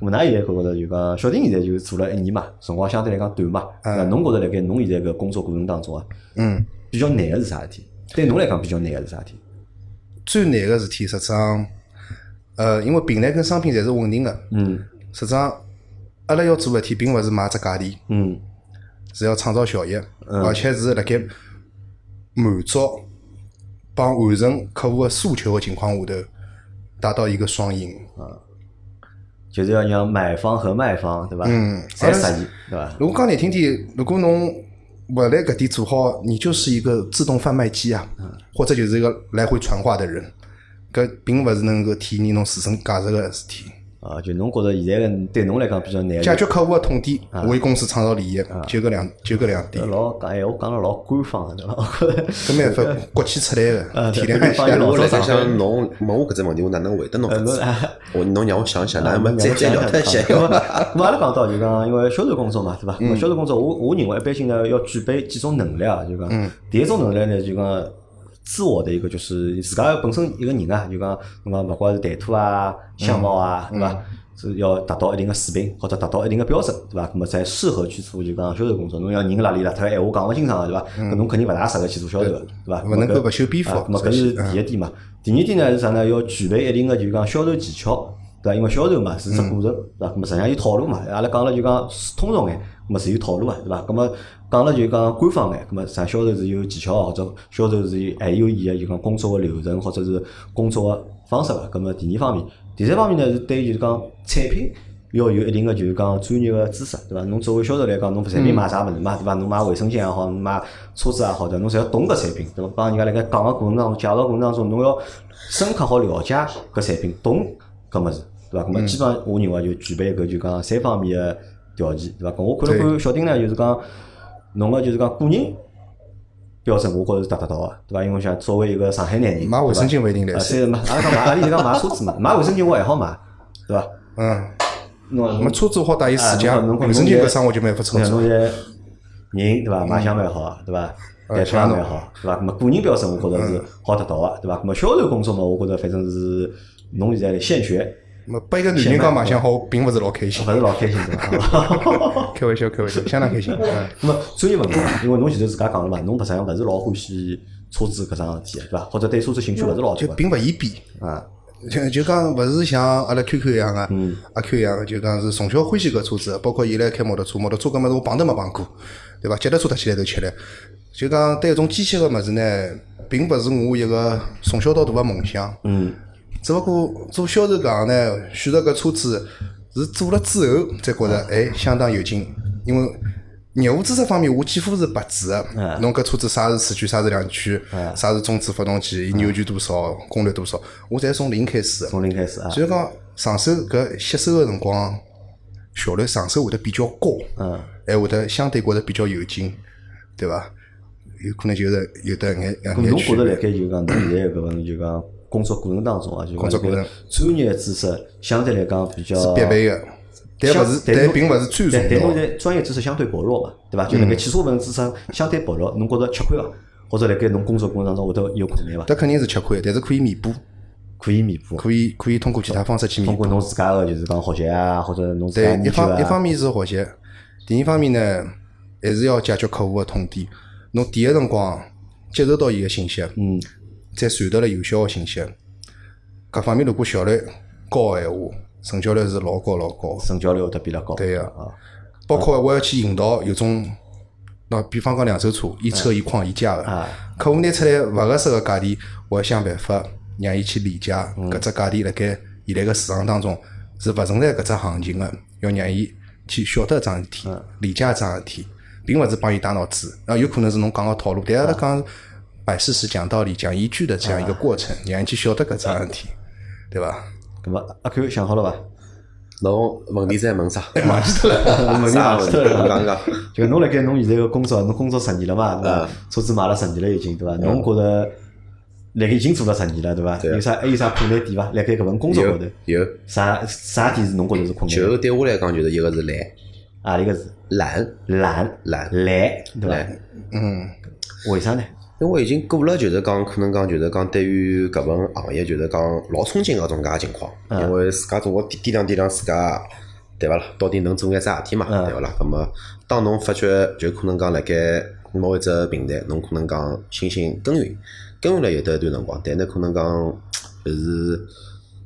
咁㑚现在觉着就讲，小丁现在就做了一年嘛，辰光相对来讲短嘛。那侬觉着辣盖侬现在搿工作过程当中啊，嗯，比较难个是啥事体？对侬来讲比较难个是啥事体？最难个事体实际上，呃，因为平台跟商品侪是稳定个，嗯实际上阿拉要做个事体，并勿是买只价钿。嗯是要创造效益，而且是辣盖满足帮完成客户个诉求个情况下头，达到一个双赢。就是要让买方和卖方对伐？嗯侪阿拉是适宜对伐？如果讲难听点，如果侬勿来搿点做好，你就是一个自动贩卖机啊，嗯或者就是一个来回传话的人，搿并勿是能够体现侬自身价值个事体。啊，就侬觉着现在个对侬来讲比较难，解决客户的痛点，为公司创造利益，就搿两就搿两点，啊呃老讲闲话讲了老官方个，对伐？我觉着搿没办法，国企出来啊的，体对谅一帮伊下。老我早来上想海想，侬问我搿只问题，我哪能回答侬搿侬只？我侬让我想 <laughs> 想，哪啊，能再再聊脱一下？咾么咾阿拉讲到就讲，因为销售工作嘛，对伐？咾销售工作，我我认为一般性呢要具备几种能力啊，就讲，第一种能力呢就讲自我的一个就是自家本身一个人啊，就讲侬讲勿管是谈吐啊、相貌啊，对伐？是要达到一定个水平，或者达到一定个标准，对伐？那么才适合去做就讲销售工作。侬要人邋里邋遢，闲话讲勿清爽个，对伐？搿侬肯定勿大适合去做销售，个，对伐？勿能够搿勿修边幅啊咁啊，搿是第嗯一点嘛。第二点呢是啥呢？要具备一定的就讲销售技巧，对伐？因为销售嘛是嗯只过程，对伐？咁么实际上有套路嘛。阿拉讲了就讲通俗眼，咁么是有套路啊，对伐？咁么讲了就讲官方眼，咁么实际上销售是有技巧，或者销售是有还有伊个就讲工作个流程，或者是工作个方式个。咁么第二方面，第三方面呢是对于就是讲产品。要有一定的就是讲专业的知识，对伐？侬作为销售来讲，侬产嗯品买啥物事嘛，对伐？侬买卫生间也好，侬买车子也好，对伐？侬侪要懂搿产品，对伐？帮人家辣盖讲个过程当中、介绍过程当中，侬要深刻好了解搿产品，懂搿物事，对伐？搿嗯么基本上我认为就具备搿就讲三方面的条件，对伐？搿我看了看小丁呢，就是讲侬个就是讲个人标准，我觉着是达得到个，对伐？因为我想作为一个上海男人，买卫生巾勿一定来啊，塞，三嘛，阿拉讲买，阿拉就讲买车子嘛，买卫生间我还好买，对 <laughs> 伐？嗯，侬我们车子好带伊啊自驾，侬讲侬讲卫生巾搿生活就没法操侬作。侬现在人对伐？卖相蛮好，对伐？谈吐呃也相当蛮好，对伐？那么个人标准我觉着是好达到个，对伐？那么销售工作嘛，我觉着反正是侬现在现学，那拨一个男人讲卖相好，并勿是老 <laughs> 开心勿。是老开心对伐？开玩笑，开玩 <laughs> 笑，相当开啊心。嗯那么专业问题嘛，因为侬前头自家讲了嘛，侬实际上勿是老欢喜车子搿桩事体，对伐？或者对车子兴趣勿是老就大个并勿易变。啊，就就讲勿是像阿拉 QQ 一样个，阿 Q 一样个，就讲是从小欢喜搿车子，包括伊拉开摩托车，摩托车搿物事我碰都没碰过，对伐？脚踏车踏起来都吃力。就讲对搿种机械个物事呢，并勿是我一个从小到大个梦想。嗯。只勿过做销售搿行呢，选择搿车子是做了之后才觉着，哎，相当有劲，因为。业务知识方面，我几乎是白纸个。侬搿车子啥是四驱，啥是两驱，啥是中置发动机，伊扭矩多少，功率多少，我侪从零开始个。从零开始啊，所以讲上手搿吸收个辰光，效率上手会得比较高，嗯，还会得相对觉得比较有劲，对伐？有可能就是有得眼咁眼眼侬觉区着别辣盖就讲侬现在搿份就讲工作过程当中啊，就讲工作过程搿个专业知识相对来讲比较是必备呃个，但相勿是，侬但并勿是最但重但侬要的。在哦嗯专业知识相对薄弱嘛，对伐？就辣盖汽车方面知识相对薄弱，侬觉着吃亏伐？或者辣盖侬工作过程当中会得有困难伐？这肯定是吃亏，但是可以弥补，可以弥补，可以可以通过其他方式去弥通补过。侬自家个就是讲学习啊，或者侬自家对，研一究方一方啊，面是学习，第二方面呢，还是要解决客户的痛点。侬第一辰光接收到伊个信息，嗯，再传达了有效个信息，各方面如果效率高个闲话，成交率是老高老高的。成交率会得比较高。对个啊，包括我要去引导有种，那比方讲两手车，一车一况一价个啊，客户拿出来勿合适个价钿，我要想办法让伊去理解搿只价钿辣盖现在个市场当中是勿存在搿只行情个，要让伊去晓得桩事体，理解桩事体，并勿是帮伊打脑子。啊，有可能是侬讲个套路，但阿拉讲摆事实、讲道理、讲依据的这样一个过程，让伊去晓得搿桩事体，对伐？咁么阿 Q 想好了伐？侬问题在问啥？忘记脱了，问题啥哪问去题？脱侬了讲讲。就侬辣盖侬现在个工作，侬工作十年了嘛，对伐？嗯车子买了十年了已经，对伐？侬觉着辣盖已经做了十年了，对伐？啊有啥还有啥困难点伐？辣盖搿份工作高头有，有，啥啥点是侬觉着是困难就的？对我来讲，就是一个是懒，何里个是懒，懒懒懒，对伐？懒。嗯。为啥呢？因为已经过了，就是讲可能讲就是讲对于搿份行业就是讲老憧憬搿种介情况，嗯因为自家总归掂掂量掂量自家，对伐啦？到底能做眼啥事体嘛？嗯对伐啦？葛么当侬发觉就可能讲辣盖某一只平台，侬可能讲新兴耕耘，耕耘了有得一段辰光，但呢可能讲就是。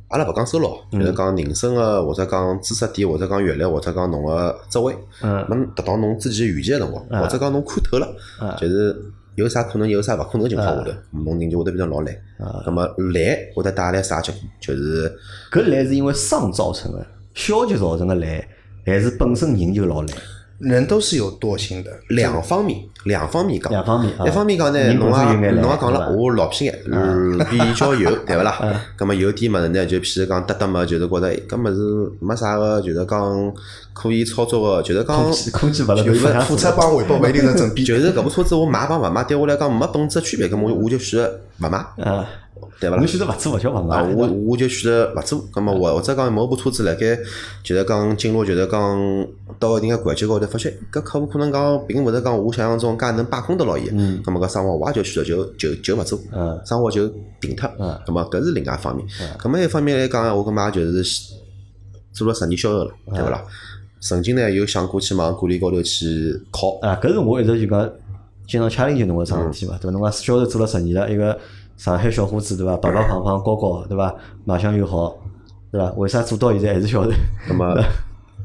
阿拉勿讲收入，就是嗯讲人生个，或者讲知识点，或者讲阅历，或者讲侬个职位，嗯没达到侬自己预期个辰光，或者讲侬看透了啊，就是有啥可能有啥勿可能个情况下头，侬人就会得变成老懒。啊那么懒会得带来啥结果？就是搿懒是因为伤造成的，消极造成的懒，还是本身人就老懒？人都是有惰性的，两方面，两方面讲，嗯两方面啊一方面讲呢，人侬本身有也眼懒侬啊也讲对了，吧啊我老偏眼，嗯，比较 <laughs> 油，对勿啦？咁么啊有点物事呢，就譬如讲搭搭么，就是觉得哎搿物事没啥个，就是讲可以操作个，就是讲空气空气勿辣就不是像付出呃帮回报不一定成正比。就是搿部车子我买帮勿买，对我来讲没本质区别，搿么嗯我就选择勿买，啊，对勿啦侬？选择勿做勿叫勿买啊，，我对吧我就选择勿做。咁么哎我或者讲某部车子辣盖，就是讲进入，就是讲到一定个环节高头，发觉搿客户可能讲并勿是讲我想象中介能把控得牢伊。嗯。咁么搿生活我也就选择就就就勿做。嗯。生活就停脱。嗯。咁么搿是另外一方面。咁么一方面来讲，我搿么也就是做了十年销售了，嗯对勿啦？曾经呢有想过去往管理高头去考。啊，搿是我一直就讲经常 challenge 侬个桩事体嘛，对伐？侬讲销售做了十年了，一个上海小伙子对伐？白白胖胖高高对伐？卖相又好对伐？为啥做到现在还是销售？咁么嗯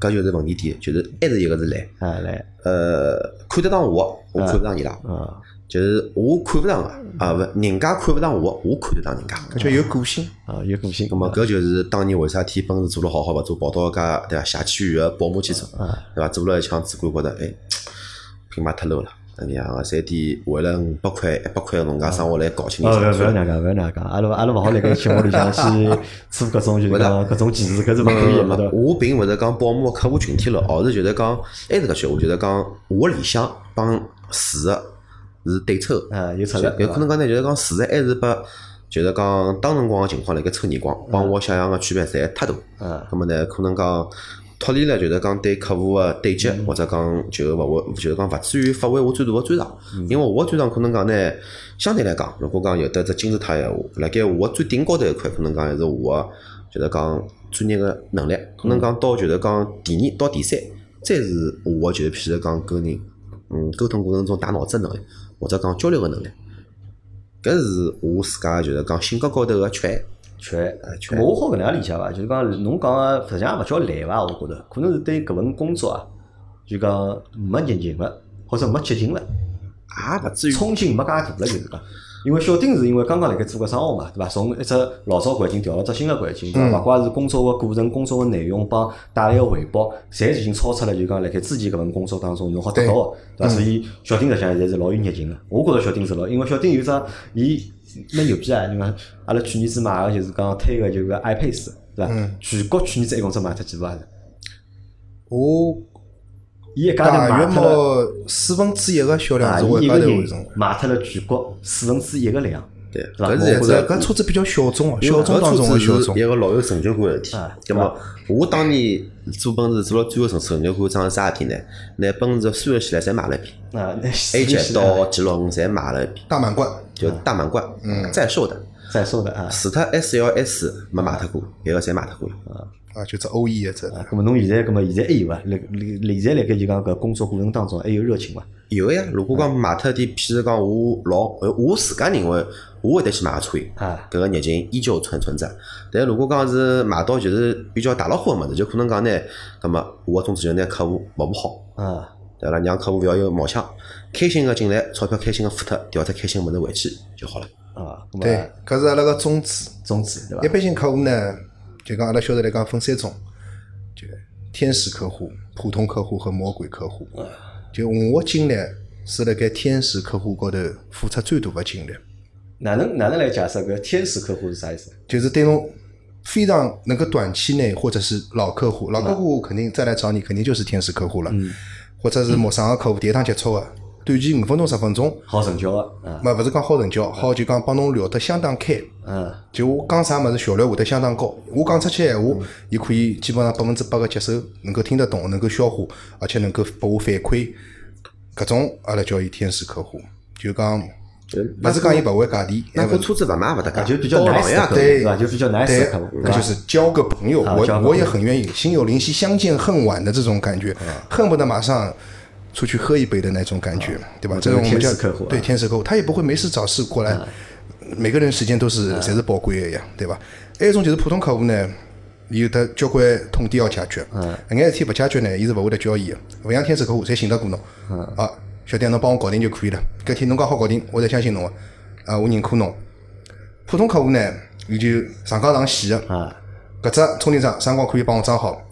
搿就是问题点，就是还是一个是懒。 <laughs> 啊，来呃，看得上我，我看不上伊拉。啊就是我看不上个嗯啊，勿，人家看不上我，我看得上人家。感觉有个性，啊，有个性咁么，搿就是当年为啥体奔驰做了好好勿做，跑到一家对伐辖区域个宝马汽车，嗯对伐？做了一腔主管，觉得哎，品牌太 low 了，娘个三点为了五百块、一百块的农家生活来搞清哦，楚。勿要勿要那讲，勿要那讲，阿拉阿拉勿好辣盖节目里向去 <laughs> 做搿种就是讲搿种歧视，搿是勿可以啊的，对没伐？嗯我并勿是讲保姆客户群体了，而是觉得讲，哎还是搿句，我觉得讲，我理想帮事实是对抽的。啊，有出入，有可能讲呢，就是讲事实还是把，就是讲当辰光个情况辣盖抽耳光，帮我想象个区别实在太大。嗯咁么呢，可能讲脱离了，就是讲对客户个对嗯接，或者讲就勿会，就是讲勿至于发挥我最大个专长。嗯因为我个专长可能讲呢，相对来讲，如果讲有得只金字塔闲话，辣盖我最顶高头一块，可能讲还是我个，就是讲专业个能力，可能讲到就是讲第二到第三，再是我就是譬如讲跟人。嗯，沟通过程中打脑子的能力，或者讲交流个能力，搿是我自家就是讲性格高头个缺憾。缺啊缺我好搿能样理解伐？就是讲侬讲个实际上也勿叫懒伐？我觉着可能是对搿份工作啊，就讲没热情了，或者没激情了，也勿至于。冲劲没介大了，就是讲。因为小丁是因为刚刚辣盖做个生活嘛，对伐？从一只老早环境调到只新个环境，对嗯伐？勿管是工作个过程、工作个内容帮带来个回报，侪已经超出了就讲辣盖之前搿份工作当中侬好得到个，对伐？嗯所以小丁实际上现在是老有热情个。我觉着小丁是老，因为小丁有张伊蛮牛逼啊！你讲阿拉去年子买个就是讲推个就是 iPace，对伐？嗯全国去年子一共只卖脱几部啊？我伊一家头大约卖脱了。毛四分之一个销量啊，是伊我一一个家头人完成。卖脱了全国四分之一个量，对，伐搿我是一或只者搿车子比较小众啊，因小为众当中搿的车小子众哎是一。个老有成就感个事体啊。葛末我当年做奔驰做了最有成成就感桩是啥事体呢？拿奔驰所有系列侪买了一遍啊，A ，A 级啊到 G 六五侪买了一遍，大满贯，就大满贯，嗯在售的，在售的啊。除脱 S 幺 S 没买脱过，别个侪买脱过了。啊，就只欧 E 一只，啊，咁么侬现在，咁么现在还有伐？辣辣现在辣盖就讲搿工作过程当中还有热情伐？有个呀，如果讲买脱一点，譬如讲我老，呃我自家认为我会得去买个车衣，啊搿个热情依旧存存在。但如果讲是买到就是比较大老虎个物事，就可能讲呢，葛么我宗旨就拿客户服务好，啊，对伐？让客户勿要有毛腔，开心个进来，钞票开心个付脱，调只开心个物事回去就好了。啊，咁对么，搿是阿拉个宗旨。宗旨对一伐？般性客户呢，就讲阿拉销售来讲分三种，就天使客户、普通客户和魔鬼客户。就我经历是辣盖天使客户高头付出最大的精力，哪能哪能来解释搿天使客户是啥意思？就是对侬非常能够短期内或者是老客户，老客户肯定再来找你，肯定就是天使客户了，或者是陌生个客户第一趟接触个，短期五分钟十分钟，好成交个啊，嘛勿是讲好成交，好就讲帮侬聊得相当开。嗯，就我讲啥物事效率会得相当高，我讲出去闲话，伊可以基本上百分之百个接受，能够听得懂，能够消化，而且能够拨我反馈，搿种阿拉叫伊天使客户，就讲勿是讲伊勿会价钿，呃那还部勿车子勿买勿得啊讲，就比较高冷 nice 的呀客户对对伐？就比较 nice 对的客户，，对那伐就是交个朋友，啊交个我朋友啊我也很愿意，心有灵犀相见恨晚的这种感觉，恨不得马上出去喝一杯的那种感觉，对吧？这种我们天叫使客户啊对天使客户，嗯他也不会没事找事过来。每个人时间都是侪是宝贵的呀，对吧？还有一种就是普通客户呢，伊有得交关痛点要解决，搿眼事体勿解决呢，伊是勿会得交易的。勿像天使客户，侪信得过侬，啊，小弟侬帮我搞定就可以了。搿天侬讲好搞定，我才相信侬个，啊，我认可侬。普通客户呢，伊就上纲上线个，啊，搿只充电桩啥辰光可以帮我装好？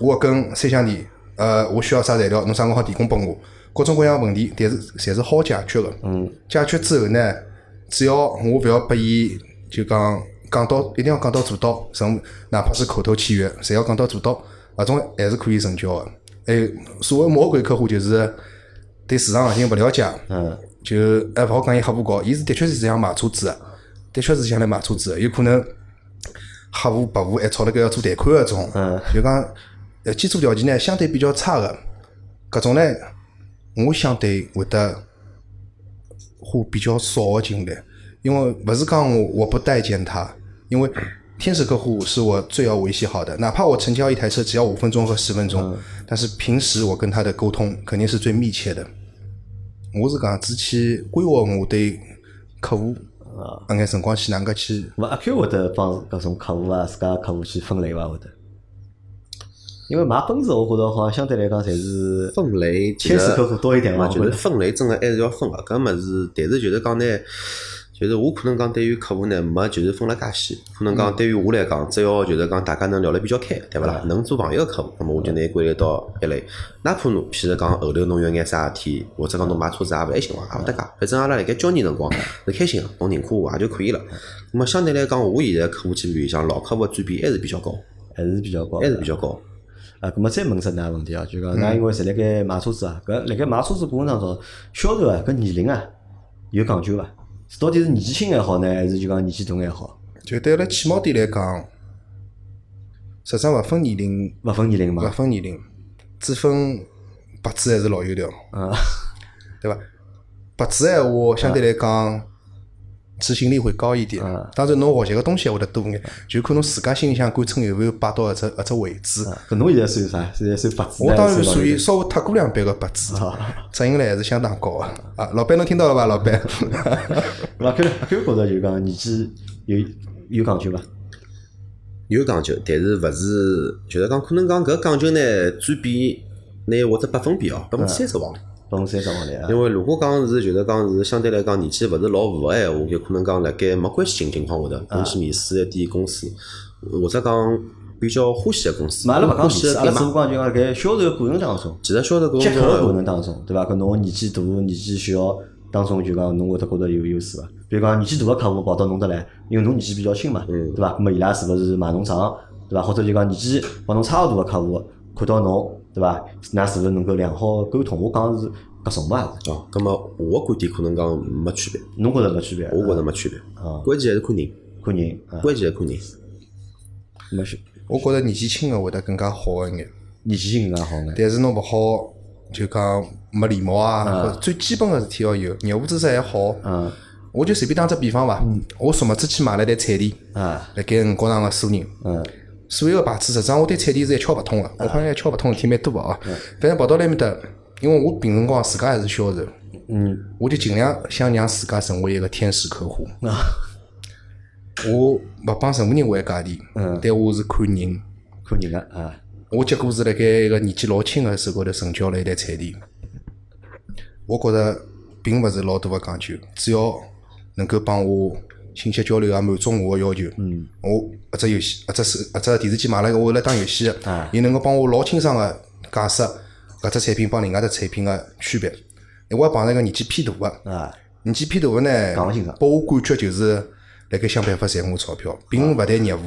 我跟三兄弟呃，我需要啥材料，侬啥辰光好提供拨我，各种各样问题，但是侪是好解决个。嗯，解决之后呢，只要我勿要拨伊就讲讲到一定要讲到做到，成哪怕是口头契约，侪要讲到做到，搿种还是可以成交个。还有所谓魔鬼客户就是对市场行情勿了解，嗯，就还勿好讲伊黑户搞，伊是的确是这样买车子个，的确是想来买车子个，有可能。客户、白户还吵了个要做贷款搿种，就讲呃基础条件呢相对比较差个，搿种呢我相对会得花比较少个精力，因为勿是讲我我不待见他，因为天使客户是我最要维系好的，哪怕我成交一台车只要五分钟和十分钟，但是平时我跟他的沟通肯定是最密切的。我是讲只去规划我对客户啊眼辰光去哪能介去。咁阿 Q 会得帮搿种客户啊，自家客户去分类伐？会得，因为买奔驰，我觉着好像相对来讲，侪是分类其天实使客户多一点嘛我觉我得觉得分类真个还是要分个，搿物事，但是就是讲呢，就是我可能讲对于客户呢，没就是分了介细，可能嗯讲对于我来讲，只要就是讲大家能聊得比较开，对勿啦？能做朋友个客户，那么嗯我就拿伊归类到一类。哪怕侬譬如讲后头侬有眼啥事体，或者讲侬买车子也勿还行啊伐，也勿搭界，反正阿拉辣盖交易辰光是开心个，啊侬认可我也就可以了。嗯那么相对来讲，我现在客户群里向老客户的占比还是比较高，还是比较高，还是比较高。啊，咁么再问只哪问题啊？就讲，㑚因为侪辣盖买车子啊，搿辣盖买车子过程当中，销售啊，搿年龄啊有讲究伐？是到底是年纪轻还好呢，还是就讲年纪大还好？就对阿拉汽贸店来讲，实际上勿分年龄，勿分年龄勿嘛？分年龄，只分白纸还是老油条，啊，对伐？白纸闲话相对来讲，执行力会高一点啊。当然，侬学习个东西会得多眼，就看侬自家心里向杆秤有没有摆到搿只搿只位置。搿侬现在算啥？现在算白纸呢？我当还然是属老于油条稍微踏过两遍个白纸，嗯执行力还是相当高个。啊，老板侬听到了伐？老板，阿 Q 阿 Q 觉着就讲年纪有有讲究伐？有讲究，但是勿是，就是讲可能讲搿讲究呢，占比拿或者百分比哦，百分之三十往里。百分之三十往里啊？因为如果讲是就是讲是相对来讲年纪勿是老符合闲话，有可能讲辣盖没关系情情嗯况下头，侬去面试一点公司，或者讲比较欢喜个公司，嘛，阿拉勿讲欢面喜个试，阿拉点只嘛不。过讲就讲搿销售过程当中。其实销售过结程合的过中，程当中，对伐？搿侬年纪大、年纪小当中，就讲侬会得觉着有优势伐？比如讲年纪大的客户跑到侬搭来，因为侬年纪比较轻嘛，对伐？那么伊拉是勿是买侬账，对伐？或者就讲年纪帮侬差勿多的客户，看到侬，对伐？㑚是勿是能够良好的沟通？我讲是搿种伐？还是哦，葛末我个观点可能讲没区别，侬觉着没区别？我觉着没区别，啊，关键还是看人，看人啊，关键还是看人。没事。我觉着年纪轻个会得更加好一眼。年纪轻更加好眼，但是侬勿好就讲没礼貌啊，或者最基本个事体要有，业务知识还好。嗯我就随便打只比方伐，我昨末子去买了一台彩电，啊辣盖五角场个苏宁。嗯所有个牌子，实际上我对彩电是一窍勿通个，我好像一窍勿通的事体蛮多个嗯啊。反正跑到那面搭，因为我平辰光自家还是销售，嗯我就尽量想让自家成为一个天使客户。啊我勿帮任何人还价钿嗯，但我是看人。看人个啊，我结果是辣盖一个年纪老轻个手高头成交了一台彩电，我觉着并勿是老大个讲究，只要能够帮我信息交流也满足我个要求，嗯，我搿只游戏搿只手搿只电视机买了，我来打游戏啊个，伊能够帮我老清爽个解释搿只产品帮另外只产品个区别。我还碰着一个年纪偏大个，啊年纪偏大个讲勿清呢爽，拨我感觉就是辣盖想办法赚我钞票，并勿谈业务，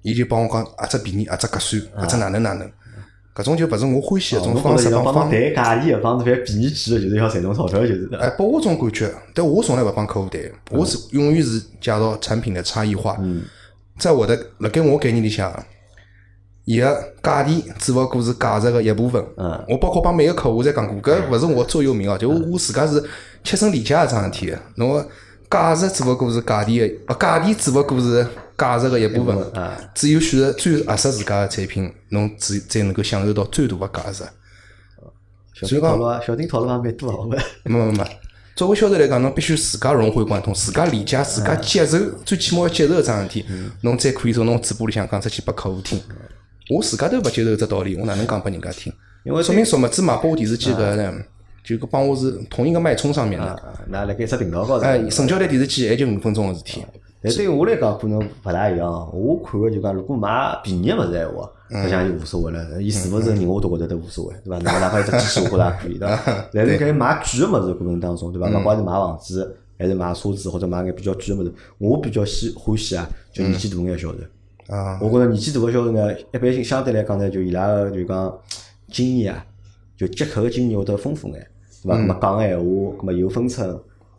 伊就帮我讲啊只便宜啊只合算啊只哪能哪能，搿种就勿是我欢哦喜搿种方式要帮帮侬方谈价钿，帮侬谈便宜几个，就是要赚侬钞票，就是的哎，拨我种感觉，但我从来勿帮客户谈，我是永远是介绍产品的差异化。在我的辣盖我概念里向，伊个价钿只勿过是价值个一部分。嗯我包括帮每个客户侪讲过，搿勿是我座右铭哦，就我我自家是切身理解搿桩事体的。侬个价值只勿过是价钿个，啊价钿只勿过是价值个一部分。嗯只有选择最合适自家个产品，侬只才能够享受到最大个价值。小所丁以讲套路啊，小丁套路还蛮多好的。没没没，作为销售来讲，侬必须自家融会贯通，自家理解，自家接受，最起码要接受搿桩事体，嗯侬再可以从侬嘴巴里向讲出去拨客户听。我自家都勿接受搿只道理，我哪能讲拨人家听？因为说明说么子买拨我电视机搿呢，就搿帮我是同一个脉冲上面的。啊，那辣盖只频道高头。哎，成交台电视机也就五分钟个哦事体。但对于我来讲，可能勿大一样。我看个就讲，如果买便宜的物事闲话，实像就无所谓了，伊是勿是人我都觉得都无所谓，对伐？侬哪怕有只鸡翅，我觉着也可以，对伐？但是搿买贵个物事过程当中，对伐？勿管是买房子，还是买车子，或者买眼比较贵个物事，我比较喜欢喜啊，就年纪大眼小头。啊，我觉着年纪大个小头呢，一般性相对来讲呢，就伊拉个就讲经验啊，就接客个经验会得丰富眼，对嗯伐？那么讲个闲话，那么有分寸，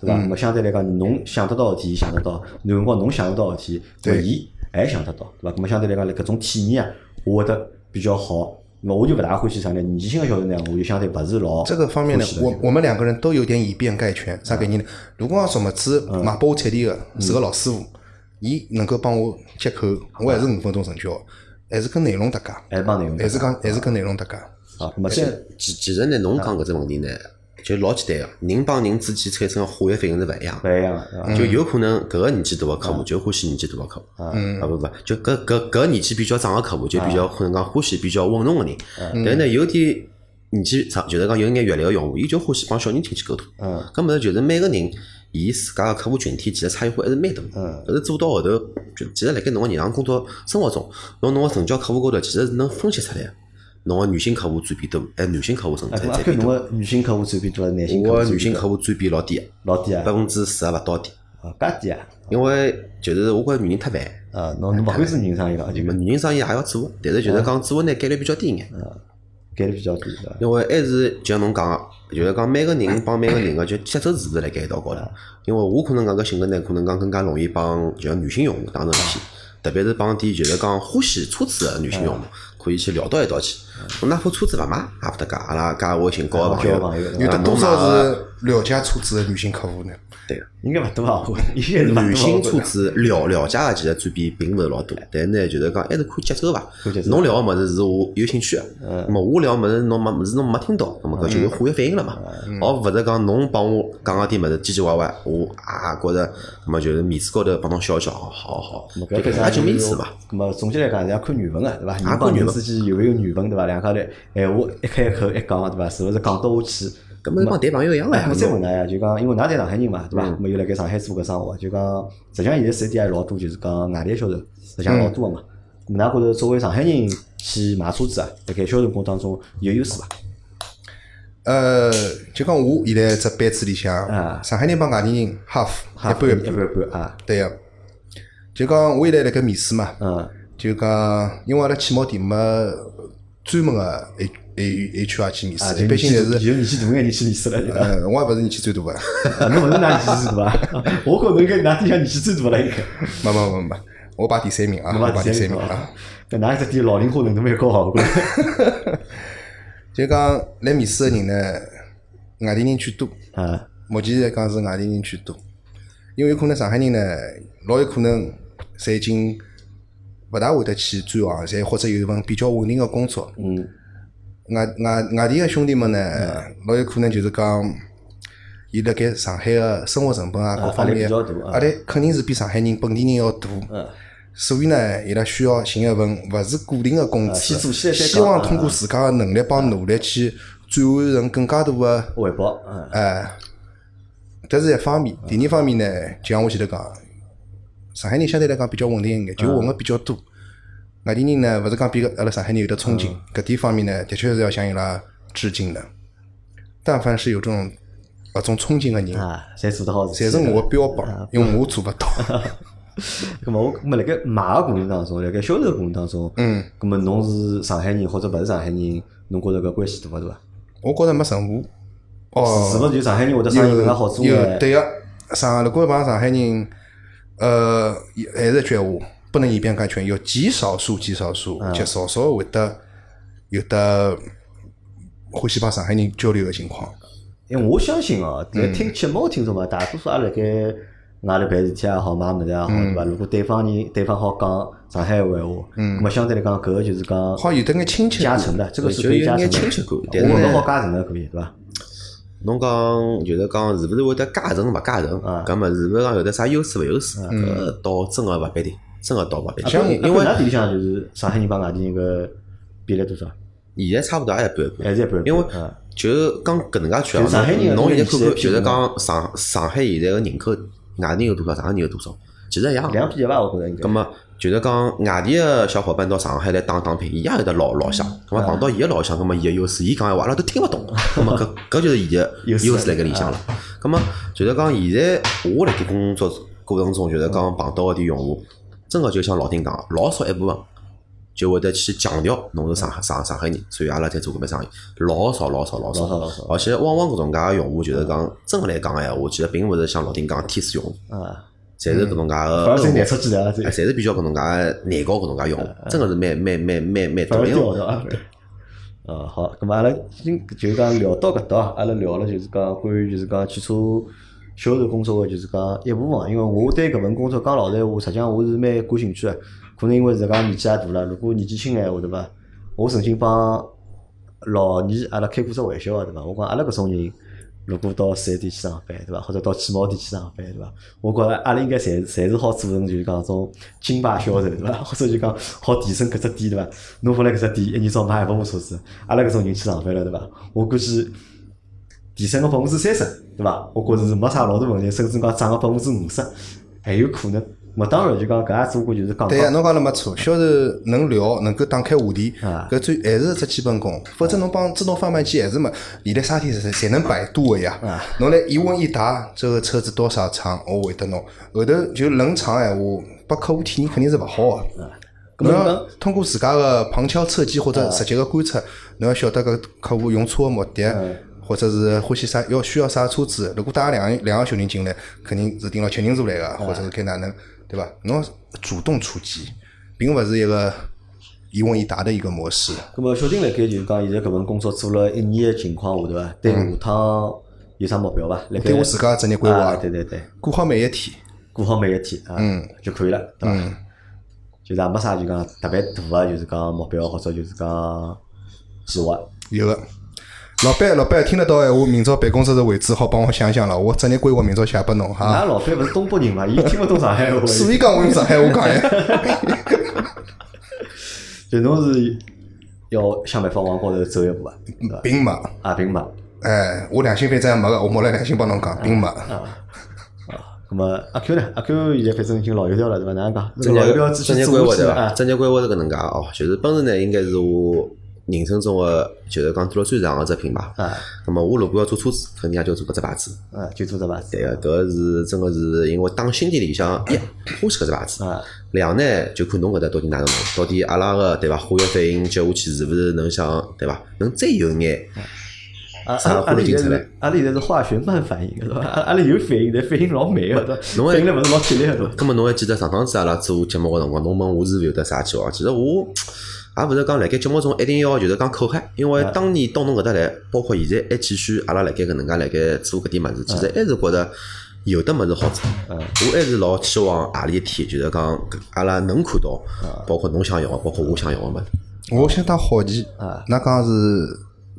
对伐？那么相对来讲，侬想得到事体，伊想得到；有辰光侬想得到事体，那么对伊还想得到，对伐？那么相对来讲，搿种体验啊，我会得比较好。那么我就勿大欢喜啥呢？年纪轻个小头呢，我就相对勿是老这个方面呢欢喜，的我我们两个人都有点以偏概全，啥概念呢？如果要什么子啊买拨我彻底的嗯是个老师傅，伊能够帮我接口，我还是五分钟成交，还是跟内容搭界，还是帮内容还是讲还是跟内容搭界。啊。那么这其其实呢，侬讲搿只问题呢，就老简单个，人帮人之间产生个化学反应是勿一样勿的。一样啊个，对嗯伐？就有可能搿个年纪大个客户就欢喜年纪大个客户，嗯啊不不，就搿搿搿年纪比较长个客户就比较可能讲欢喜比较稳重个人，但呢有点年纪长，就是讲有眼阅历个用户，伊就欢喜帮小人进去沟通。嗯，搿么就是每个人伊自家个客户群体其实差异化还是蛮大。嗯，但是做到后头，就其实辣盖侬个日常工作生活中，侬侬个成交客户高头其实是能分析出来的，侬个女性客户占比多，还男性客户占啊，占阿占克比侬多。个女性客户占比多还是男性客户啊我占比多？女性客户占比老低的，老低啊百，分之十也勿到低。啊，介低啊。因为就是我觉着女人太烦，啊，侬侬勿管是人生意讲，就那么女人生意也要做，但是就是讲做呢概率比较低一眼，概率比较低，对伐？因为还是就像侬讲个，就是讲每个人帮每个人个就接受程度辣盖一道高头。因为我可能讲搿性格呢，可能讲更加容易帮就像女性用户打成一片，特别是帮点就是讲欢喜车子个女性用户，可以去聊到一道去。哪怕车子勿买，也勿搭界，阿拉加微信交个朋交个朋友友，对有的嗯啊侬多买少个是了解车子的女性客户呢？对个。应该勿多吧？我应该是勿多吧女性我觉车得子了了解个其实占比并勿是老大，但呢就是讲还是看节奏伐看节。奏嗯侬聊个物事是我有兴趣个，那么我聊个物事侬没物事侬没听到，那么搿就是化学反应了嘛。嗯而勿是讲侬帮我讲个点物事唧唧歪歪，我也觉着，那么就是面子高头帮侬笑一笑，好好好，咁么就搿搿也就就面子嘛。。咁么总结来讲，是要看缘分个，对伐？人看帮缘人分之间有没有缘分，对伐？两家头闲话一开口一讲，对伐？是勿是讲得下去？搿么帮谈朋友一样哎，我唻。侬再问㑚呀，就讲，因为㑚在上海人嘛，对伐？咁么又辣盖上海做搿生活，就讲，实际上现在四 S 店也老多，就是讲外地销售，实际上老多个嘛。咁么㑚觉着作为上海人去买车子啊，辣盖销售过程当中有优势伐？呃，就讲我现在只班子里向啊，上海人帮外地人 half 哈一半一一半，般般啊，对个。就讲我现在辣盖面试嘛，嗯就讲，因为阿拉汽贸店没专门个 A A H R 去面啊，就试，一年般性纪就大是，就年纪大眼人去面试了，对伐？呃，我也勿是年纪最大个，侬勿是㑚年纪最大啊？我觉着应该㑚底下年纪最大了，应该。 <laughs> 没没没没，我排第三名啊，侬我排排第第三三名名啊啊。搿㑚只点老龄化程度蛮高 <laughs> 哦，我觉着。就讲来面试个人呢，外地人居多，啊，目前来讲是外地人居多，因为有可能上海人呢，老有可能侪已经勿大会得去转行，侪或者有一份比较稳定个工作。嗯，外外外地个兄弟们呢，老有可能就是讲，伊辣盖上海个生活成本啊，各压方力比面较大啊压力肯定是比上海人本地人要大。嗯所以呢，伊拉需要寻一份勿是固定个工啊资先做，先先希讲望啊通过自家个能力帮努力去转换成更加大个回报，嗯，哎，这是一方面。第二方面呢，就像我前头讲，上海人相对来讲比较稳定一眼，嗯就混个比较多。外地人呢，勿是讲比阿拉上海人有得冲嗯劲，搿点方面呢，的确是要向伊拉致敬的。但凡是有这种搿种冲劲个人，啊，侪做得好事体。侪是我个标榜，嗯因为我做勿到。 <laughs> 咁么我咁么辣盖买个过程当中，辣盖销售过程当中，嗯，咁么侬是上海人或者勿是上海人，侬觉着搿关系大勿大？我觉着没任何哦，是勿是就上海人会得生意更加好做哎有有眼？对个，上如果碰上海人，呃，也还是一句话，不能以偏概全，要极少数极少数，嗯极少数会得有的欢喜帮上海人交流个情况。嗯因为我相信哦，来听节目的听众嘛，大多数也辣盖外头办事体也好，买物事也好，对伐？如果对方人对方好讲上海话闲话，嗯，咁么相对来讲，搿个就是讲好，有的眼亲切加成的，这个是就可以有加成眼的。亲切感但我们是呢好加成的可以，对伐？侬讲就是讲是勿是会得加成勿加成？啊搿么是勿是讲有得啥优势勿优势？嗯搿倒真个勿必定，真个倒勿必定。像因因为㑚店里向就是上海人帮外地人个比例多少？现在差不多也一半一半。还是一半一半？因为嗯就讲搿能介就是去上海人啊，侬的侬那现个在看看， GDP 就是讲上上海现在个人口，外地人有多少，上海人有多少，其实一样。两比一吧，我觉着应该。葛么就是啊讲外地个小伙伴到上海来打打拼，伊也有得老老乡，嗯咁么碰啊到伊个老乡，咁啊么伊个优势，伊讲闲话阿拉都听勿懂，咁么搿搿就是伊 <laughs> 个优优势势辣搿里向了。咁么就是讲现在我辣盖工作过程中，就是讲碰到个点用户，真个就像老丁讲，老少一部分就会得去强调侬是嗯上海上上海人，所以阿拉才做搿么生意，老少老少老老少老少少，而且往往搿种介个用户就是讲真个来讲个闲话，其实并勿是像老丁讲天使用户，啊，侪是搿种介个反而是难出去的啊，这呃哎，侪是比较搿能介难搞搿能介用户，真个是蛮蛮蛮蛮蛮反多而样掉的的。啊。呃，好，咁么阿拉今就是讲聊到搿搭，啊阿拉聊了就是讲关于就是讲汽车销售工作个就是讲一部分，因为我对搿份工作讲老实闲话，实际上我是蛮感兴趣个。可能因为自家年纪也大了，如果年纪轻个闲话，对伐？我曾经帮老二阿拉开过只玩笑啊个，对伐？我讲阿拉搿种人，如果到四 S 店去上班，对伐？或者到汽贸店去上班，对伐？我觉着阿拉应该侪侪是好做成就是讲种金牌销售，对伐？ <laughs> 或者就讲好提升搿只店，对伐？侬本来搿只店一年只卖一百部车子，阿拉搿种人去上班了，对伐？我估计。提升个百分之三十，对伐？我觉着是没啥老大问题，甚至讲涨个百分之五十，还有可能。么当然就讲搿也只不过就是讲对呀，啊侬讲了没错，销售能聊，能够打开话题嗯啊，嗯搿最还是只基本功。否则侬帮自动贩卖机还是没，现在啥体侪侪能百度个呀。啊侬来一问一答，这个车子多少厂，我会得侬。后头就冷场闲话，拨客户体验肯定是勿好个。嗯搿侬么要讲通过自家个旁敲侧击或嗯者直接个观察，侬要晓得搿客户用车个目的，嗯或者是欢喜啥，要需要啥车子。如果带两个两个小人进来，肯定是盯牢七人座来个，嗯或者是该哪能，对伐？侬主动出击，并勿是一个一问一答的一个模式。咁么小丁辣盖就是讲现在搿份工作做了一年个情况下头啊，对下趟有啥目标伐？辣盖对我自家个职业规划啊，对对对，过好每一天。过好每一天啊，嗯就可以了，对伐？就是也没啥就讲特别大个，就是讲目标或者就是讲计划。有个。老板，老板听得到闲话，明朝办公室的位置好帮我想想了，我职业规划明朝写拨侬啊哈。俺老板勿是东北人嘛，伊听勿懂上 <laughs> 海话。所以讲我用上海话讲呀， <laughs> 就侬是要想办法往高头走一步啊，对伐？并没。啊，并没。哎，我良心反正也没个，我摸了良心帮侬讲，并没。嗯啊啊咁么阿 Q 呢？阿 Q 现在反正已经老油条了，对伐？哪能讲？这个老油条继职续业规做划下对去伐？啊。职业规划是搿能介哦，就是本身呢，应该是我人生中个就是讲做了最长个只品牌。啊那么我如果要做车子，肯定也就做搿只牌子。啊，就做这吧。对个，搿是真个是因为打心底里向一欢喜搿只牌子，啊两呢就看侬搿搭到底哪能弄，到底阿拉个对伐化学反应接下去是勿是能像对伐能再有眼啊！阿啥拉阿拉呼现噜进在出来是，阿拉现在是化学慢反应，是吧？阿阿拉有反应，但反应老慢个，对吧 <laughs> 侬还反应了勿是老激烈个，对吧？咁么侬还记得上趟子阿拉做节目个辰光，侬问我是勿是有得啥计划？其实我也勿是讲辣盖节目中一定要就是讲口嗨，因啊为当年到侬搿搭来，包括现在还继续阿拉辣盖搿能介辣盖做搿点物事，其啊实还是觉得。有的物事好做，我还是老期望何里一天，就是讲搿阿拉能看到，啊包括侬想要的，包括我想要的物事。我相当好奇，嗯那讲是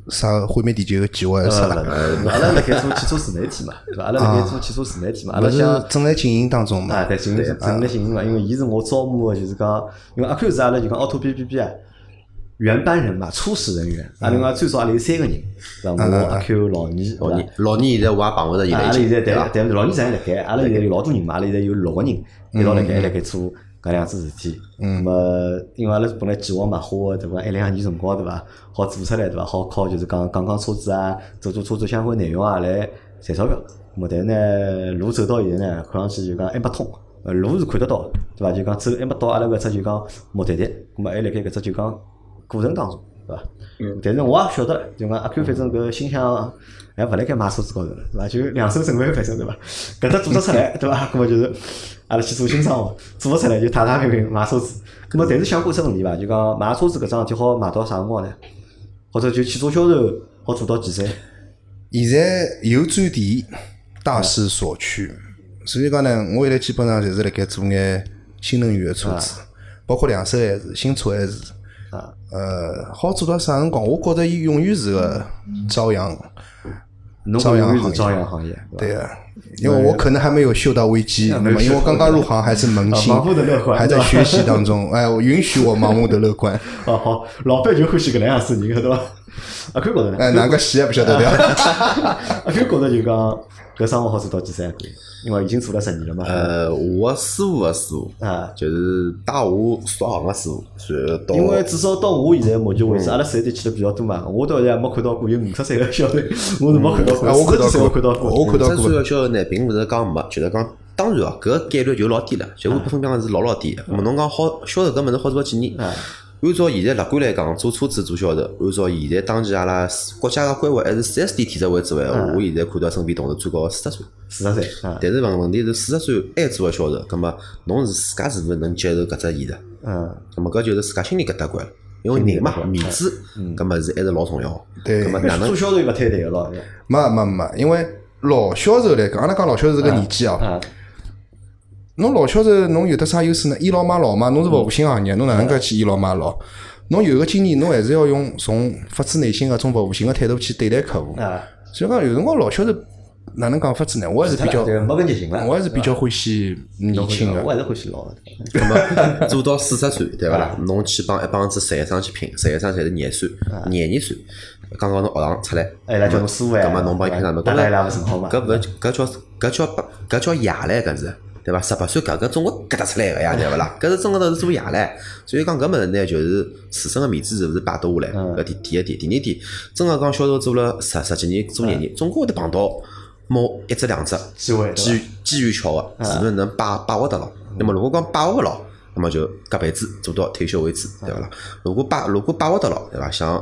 啥毁灭地球的计划是啥呃啦？阿拉辣盖做汽车自媒体嘛，对伐？阿拉辣盖做汽车自媒体嘛，阿勿拉啊是想正在进行当中啊，嘛？对，进行正在进行嘛，因为伊是我招募个，就是讲，因为阿 Q 是阿拉就讲 Auto B B B 啊，原班人马，初始人员，阿拉另外最少阿拉有三个人，对伐？我阿 Q 老二，对老伐年老年现在我也碰勿着伊啊了，阿拉已现经在对对伐？对老年人还辣盖，阿拉现在啊有老多人嘛，阿拉现在有六个人一道辣盖，还辣盖做搿两桩事体。嗯，么因为阿拉本来计划嘛，花个啊对伐一两年辰光对伐，好做出来对伐，好靠就是讲讲讲车子啊，做做车子相关内容啊来赚钞票。么但是呢，路走到现在呢，看上去就讲还没通。呃，路是看得到的，对伐？就讲走还没到阿拉搿只就讲目的地，咁么还辣盖搿只就讲过程当中，对伐？但是我也晓得了，就讲阿 Q 反正搿心想还勿辣盖买车子高头了，对伐？就两手准备反正对伐？搿搭做得出来，对伐？搿么就是阿拉去做新生活，做勿出来就踏踏平平买车子。搿么但是想过一只问题伐？就讲买车子搿桩事体好买到啥辰光呢？或者就汽车销售好做到几岁？现在有专题，大势所趋，嗯所以讲呢，我现在基本上就是辣盖做眼新能源的车嗯子，包括两手还是新车还是。啊呃，好做到啥辰光？我觉着伊永远是个嗯朝阳。侬朝永阳远是行业朝阳行业，伐对啊，因为我可能还没有嗅到危机，那么因为我刚刚入行还是萌新啊盲目的乐，观还在 <laughs> 学习当中。哎，我允许我盲目的乐观。哦，好，老板就欢喜搿能样子人，对伐？阿 Q 觉着呢？哎，哪个死也不晓得啊的。阿 Q 觉着就讲搿生活好做到几岁？因为已经做了十年了嘛。呃，我师傅个师傅，啊，就是带我入行个师傅，然后到因为至少到我现在目前为嗯止，阿拉十一点去的比较多嘛，我到现在没看到过有五十岁 <laughs> 个小孩，我是没看到过，嗯啊我四十几岁我看看到到过，过我看到五十过岁个小孩呢，并勿是讲没，就是讲当然哦，搿个概率就老低了，就我百分比讲是老老低的。么侬讲好销售搿物事好做几年？按照现在乐观来讲，做车子做销售，按照现在当前阿拉国家个规划还是四 S 店提出为主个闲话，我现在看到身边同事最高四十岁。四十岁，啊，但是问问题是四十岁还做个销售，葛么侬是自家是勿是能接受搿只现实？嗯，葛么搿就是自家心里搿搭关嗯了，因为人嘛面子，葛么是还是老重要。 <laughs> 对葛么哪能嗯做销售又勿摊台个咯，没没没，因为老销售来讲，阿拉讲老销售个年纪啊，啊，侬老销售侬有得啥优势呢？倚老卖老嘛，侬是服务性行业，侬哪能介去倚老卖啊老？侬有个经验，侬还是要用从发自内心个种服务性个态度去对待客户。啊，所以讲，有辰光老销售哪能讲法子呢？我还是比较，对没搿热情了，我还是比较欢喜年啊轻我个。还是欢喜老个，那么 <laughs> 做到四十岁，对伐啦？嗯侬去帮一帮子实习生去拼，实习生侪是廿岁、廿二岁，刚刚从学堂出来，嗯哎来叫侬师傅哎葛啊末侬帮伊拼啥么？打打伊拉勿是很好嘛搿勿是搿叫搿叫搿叫爷唻，搿是。对伐？十八岁搿个中国搿搭出来个呀，对 <laughs> 勿啦？搿是中国头是做爷唻，所以讲搿物事呢，就是自身个面子是勿是摆得下来？嗯搿第第一点，第二点，真个讲销售做了十十几年，做廿年，总归会得碰到某一只两只机会机对啊遇机遇巧合，是勿是能把把握得牢？那么如果讲把握勿牢，那么就搿辈子做到退休为止，对啊伐啦？如果把如果把握得牢，对伐？像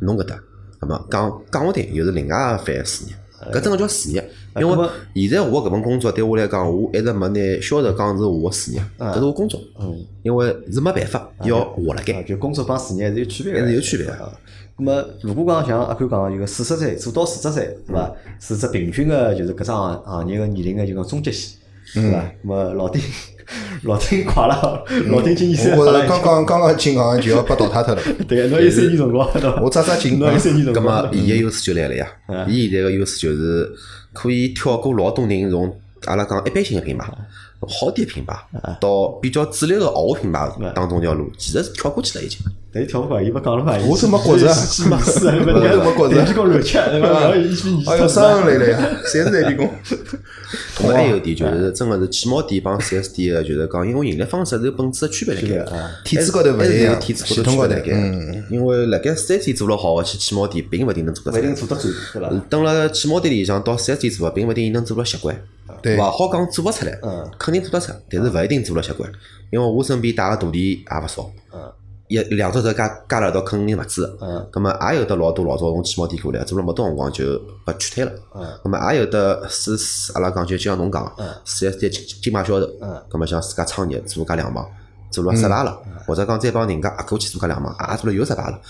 侬搿搭，那么讲讲勿定又是另外一番事业，搿真个叫事业。因哎那为么现在我搿份工作对我来讲，我一直没拿销售讲是我事业，啊搿是我工作，因为是没办法要活辣嗯伐？啊盖。就工作帮事业还是有区别个，还是有区别的啊。那么，如果讲像阿 Q 讲个，就讲四十岁做到四十岁，对伐？是只平均个，就是搿只行行业个年龄个，就讲终极线，嗯对伐？那么老丁，老丁快了，老丁今年三十嗯我觉了着，刚刚刚刚进行就要被淘汰 <laughs> 脱了。对，侬有三年辰光，对伐？ <laughs> 我扎扎紧侬有三年辰葛光么，，嗯伊个优势就来了呀！伊现在个优势就是可以跳过老多人从阿拉讲一般性个品牌、嗯好点品牌到比较主流个豪华品牌嗯当中一条路，其实是跳过去了已经。但伊跳勿过，伊勿讲了嘛。我是没觉着去马斯，我啊 <laughs> 我是没觉着就讲乱吃，啊对伐？然后伊去你啊哎呦，三人来了 <laughs> 呀，侪是在边工。同埋还有一点嗯就是，真个是起码点帮四 S 店个就是讲，因为营业方式是有本质个区别辣别啊盖的，体制高头勿还是一有样体制系高头统区高别辣头嗯盖的。因为辣盖四 S 店做了好个，去起码店并勿一定能做勿得一出定做来。得准，对伐？蹲辣起毛店里向到四 S 店做啊，并勿一定伊能做了习惯，对勿好讲做勿出来嗯，肯定做得出，但是勿一定做了习惯，因为我身边带个徒弟也勿少嗯，一两只手加加辣一道肯定勿止嗯，葛末也有得老多老早从起毛店过来，做了没多辰光就被劝退了嗯，葛末也有得是是阿拉讲就就像侬讲个，四 S 店金金牌销售嗯，葛末想自家创业做家两忙，做了失败了，或者讲再帮人家合伙去做家两忙，也做了又失败了，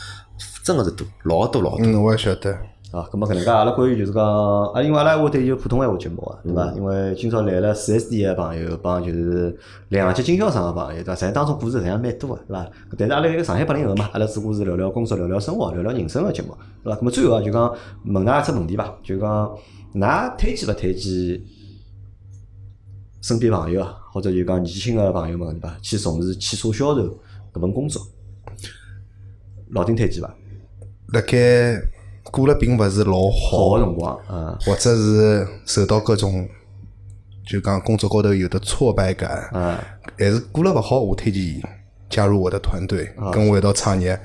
真个是多，老多老多。嗯，我也晓得。啊，咁么搿能介，阿拉关于就是讲，啊，因为阿拉会得有普通闲话节目啊，对伐？因为今朝来了四 S 店个朋友，帮就是两级经销商个朋友，对伐？实际当中故事实际上蛮多个，对伐？但是阿拉一个上海八零后嘛，阿拉只顾是聊聊工作、聊聊生活、聊聊人生个节目，对伐？咁么最后啊，就讲问㑚一只问题伐，就讲㑚推荐勿推荐身边朋友啊，或者就讲年轻个朋友们，对伐？去从事汽车销售搿份工作，老丁推荐伐？辣盖过了并勿是老好好，个辰光，嗯或者是受到各种就讲工作高头有的挫败感，嗯。还是过了勿好，我推荐伊加入我的团队，跟我一道创业，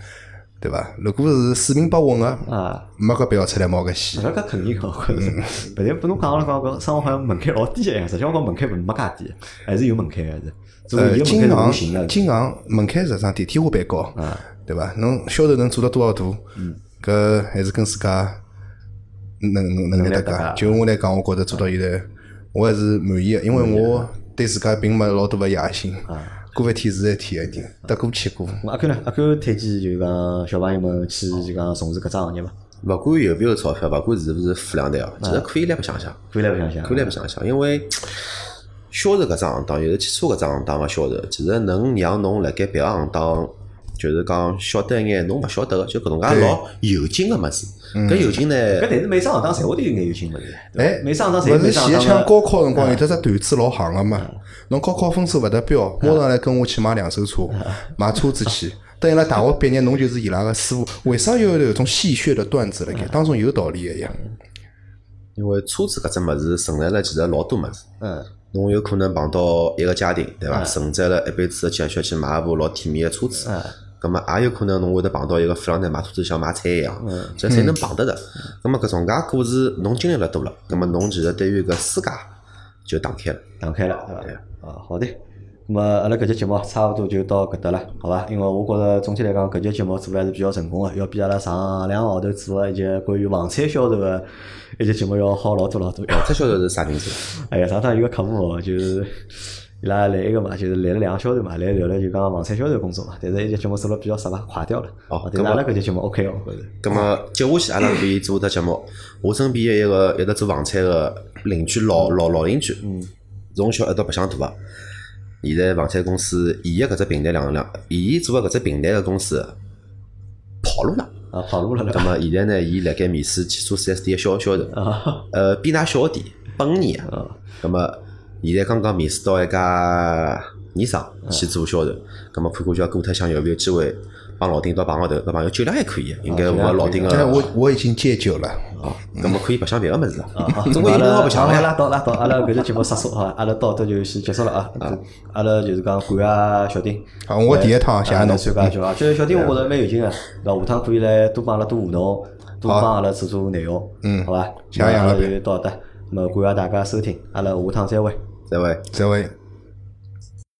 对伐？如果是四平八稳个，啊，没搿必要出来冒搿险。搿个肯定好，搿嗯是。本来拨侬讲了讲搿生活好像门槛老低一样，实际上讲门槛没介低，啊还是有门槛个是。所呃以，有金门槛是无行形个。金行门槛实际上比天花板高，对伐？侬销售能做到多少大？搿还是跟自家能能能力搭能力搭界界。就我来讲，我觉着做到现在，我还是满意个，因为我对自家并没老大个野心。过一天是一天一定，得过且过。咾阿 Q 呢？阿 Q 推荐就讲小朋友们去就讲从事搿只行业嘛，勿管有没有钞票，勿管是勿是富两代哦，嗯其实可以来白相相，可以来白相相。可以来白相相，因为销售搿只行当，尤其汽车搿只行当个销售，其实能让侬辣盖别个行当，就是讲晓得一眼侬勿晓得个，就搿能介老有劲个物事。搿有劲呢，搿但是每只行当侪会得有眼有新物事，对哎伐？每只行当侪有勿每只是行前一当嗯腔的。高考辰光有得只段子老嗯嗯行个嘛？侬高考分数勿达标，马上来跟我去买两手车，买车子去。等伊拉大学毕业，侬就是伊拉个师傅。为啥要有种戏谑的段子辣嗯盖？当中有道理个呀。因为车子搿只物事承载了其实老多物事。嗯，侬有可能碰到一个家庭，对伐？承载了一辈子的积蓄去买一部老体面的车子，嗯咁么也有可能侬会得碰到一个富浪男买车子像买菜一样，这侪能碰得着。咁么搿种介故事侬经历了多了，咁么侬其实对于搿世界就打开了。打开了，对伐？啊，好的。那么阿拉搿节节目差勿多就到搿搭了，好伐？因为我觉着总体来讲，搿节节目做了还是比较成功啊个，要比阿拉上两个号头做个一节关于房产销售个一节节目要好老多 <laughs> 老多。这销售是啥名字？哎呀，上趟有个客户哦，就是伊拉来一个嘛，就是来了两个销售嘛，来聊了就讲房产销售工作嘛，但是一节节目做了比较失败，垮掉了。啊但哦搿是阿么拉搿节节目 OK 哦，我觉着。咁么接下去阿拉可以做只节目。我身边有一个一直做房产个邻居，老老老邻居，从小一道白相大个。现在房产公司伊个搿只平台两两，伊做个搿只平台个公司跑路了。啊，跑 <laughs> 路了了咁。么现在呢，伊辣盖面试汽车 4S 店个销销售，啊，呃，比㑚小个店八五年啊。咁么现在刚刚面试到一家泥厂去做销售，咁么看看叫过脱想有没有机会帮老丁到碰个头，搿朋友酒量还可以，应该符合老丁个。但哎我我已经戒酒了。啊，咁么可以白相别个物事啊，总归阿有拉人好白相好个拉呀。倒拉倒，阿拉搿节节目结束好伐？阿拉到这就先结束了啊。阿拉就是讲感谢小丁。好，我第一趟谢谢侬来。参加小啊，就是小丁，我觉着蛮有劲个，对伐？下趟可以来多帮阿拉多互动，多帮阿拉制作内容，啊嗯好伐？谢谢杨阿老拉板就到这，那么感谢大家收听，阿拉下趟再会。再会。再会。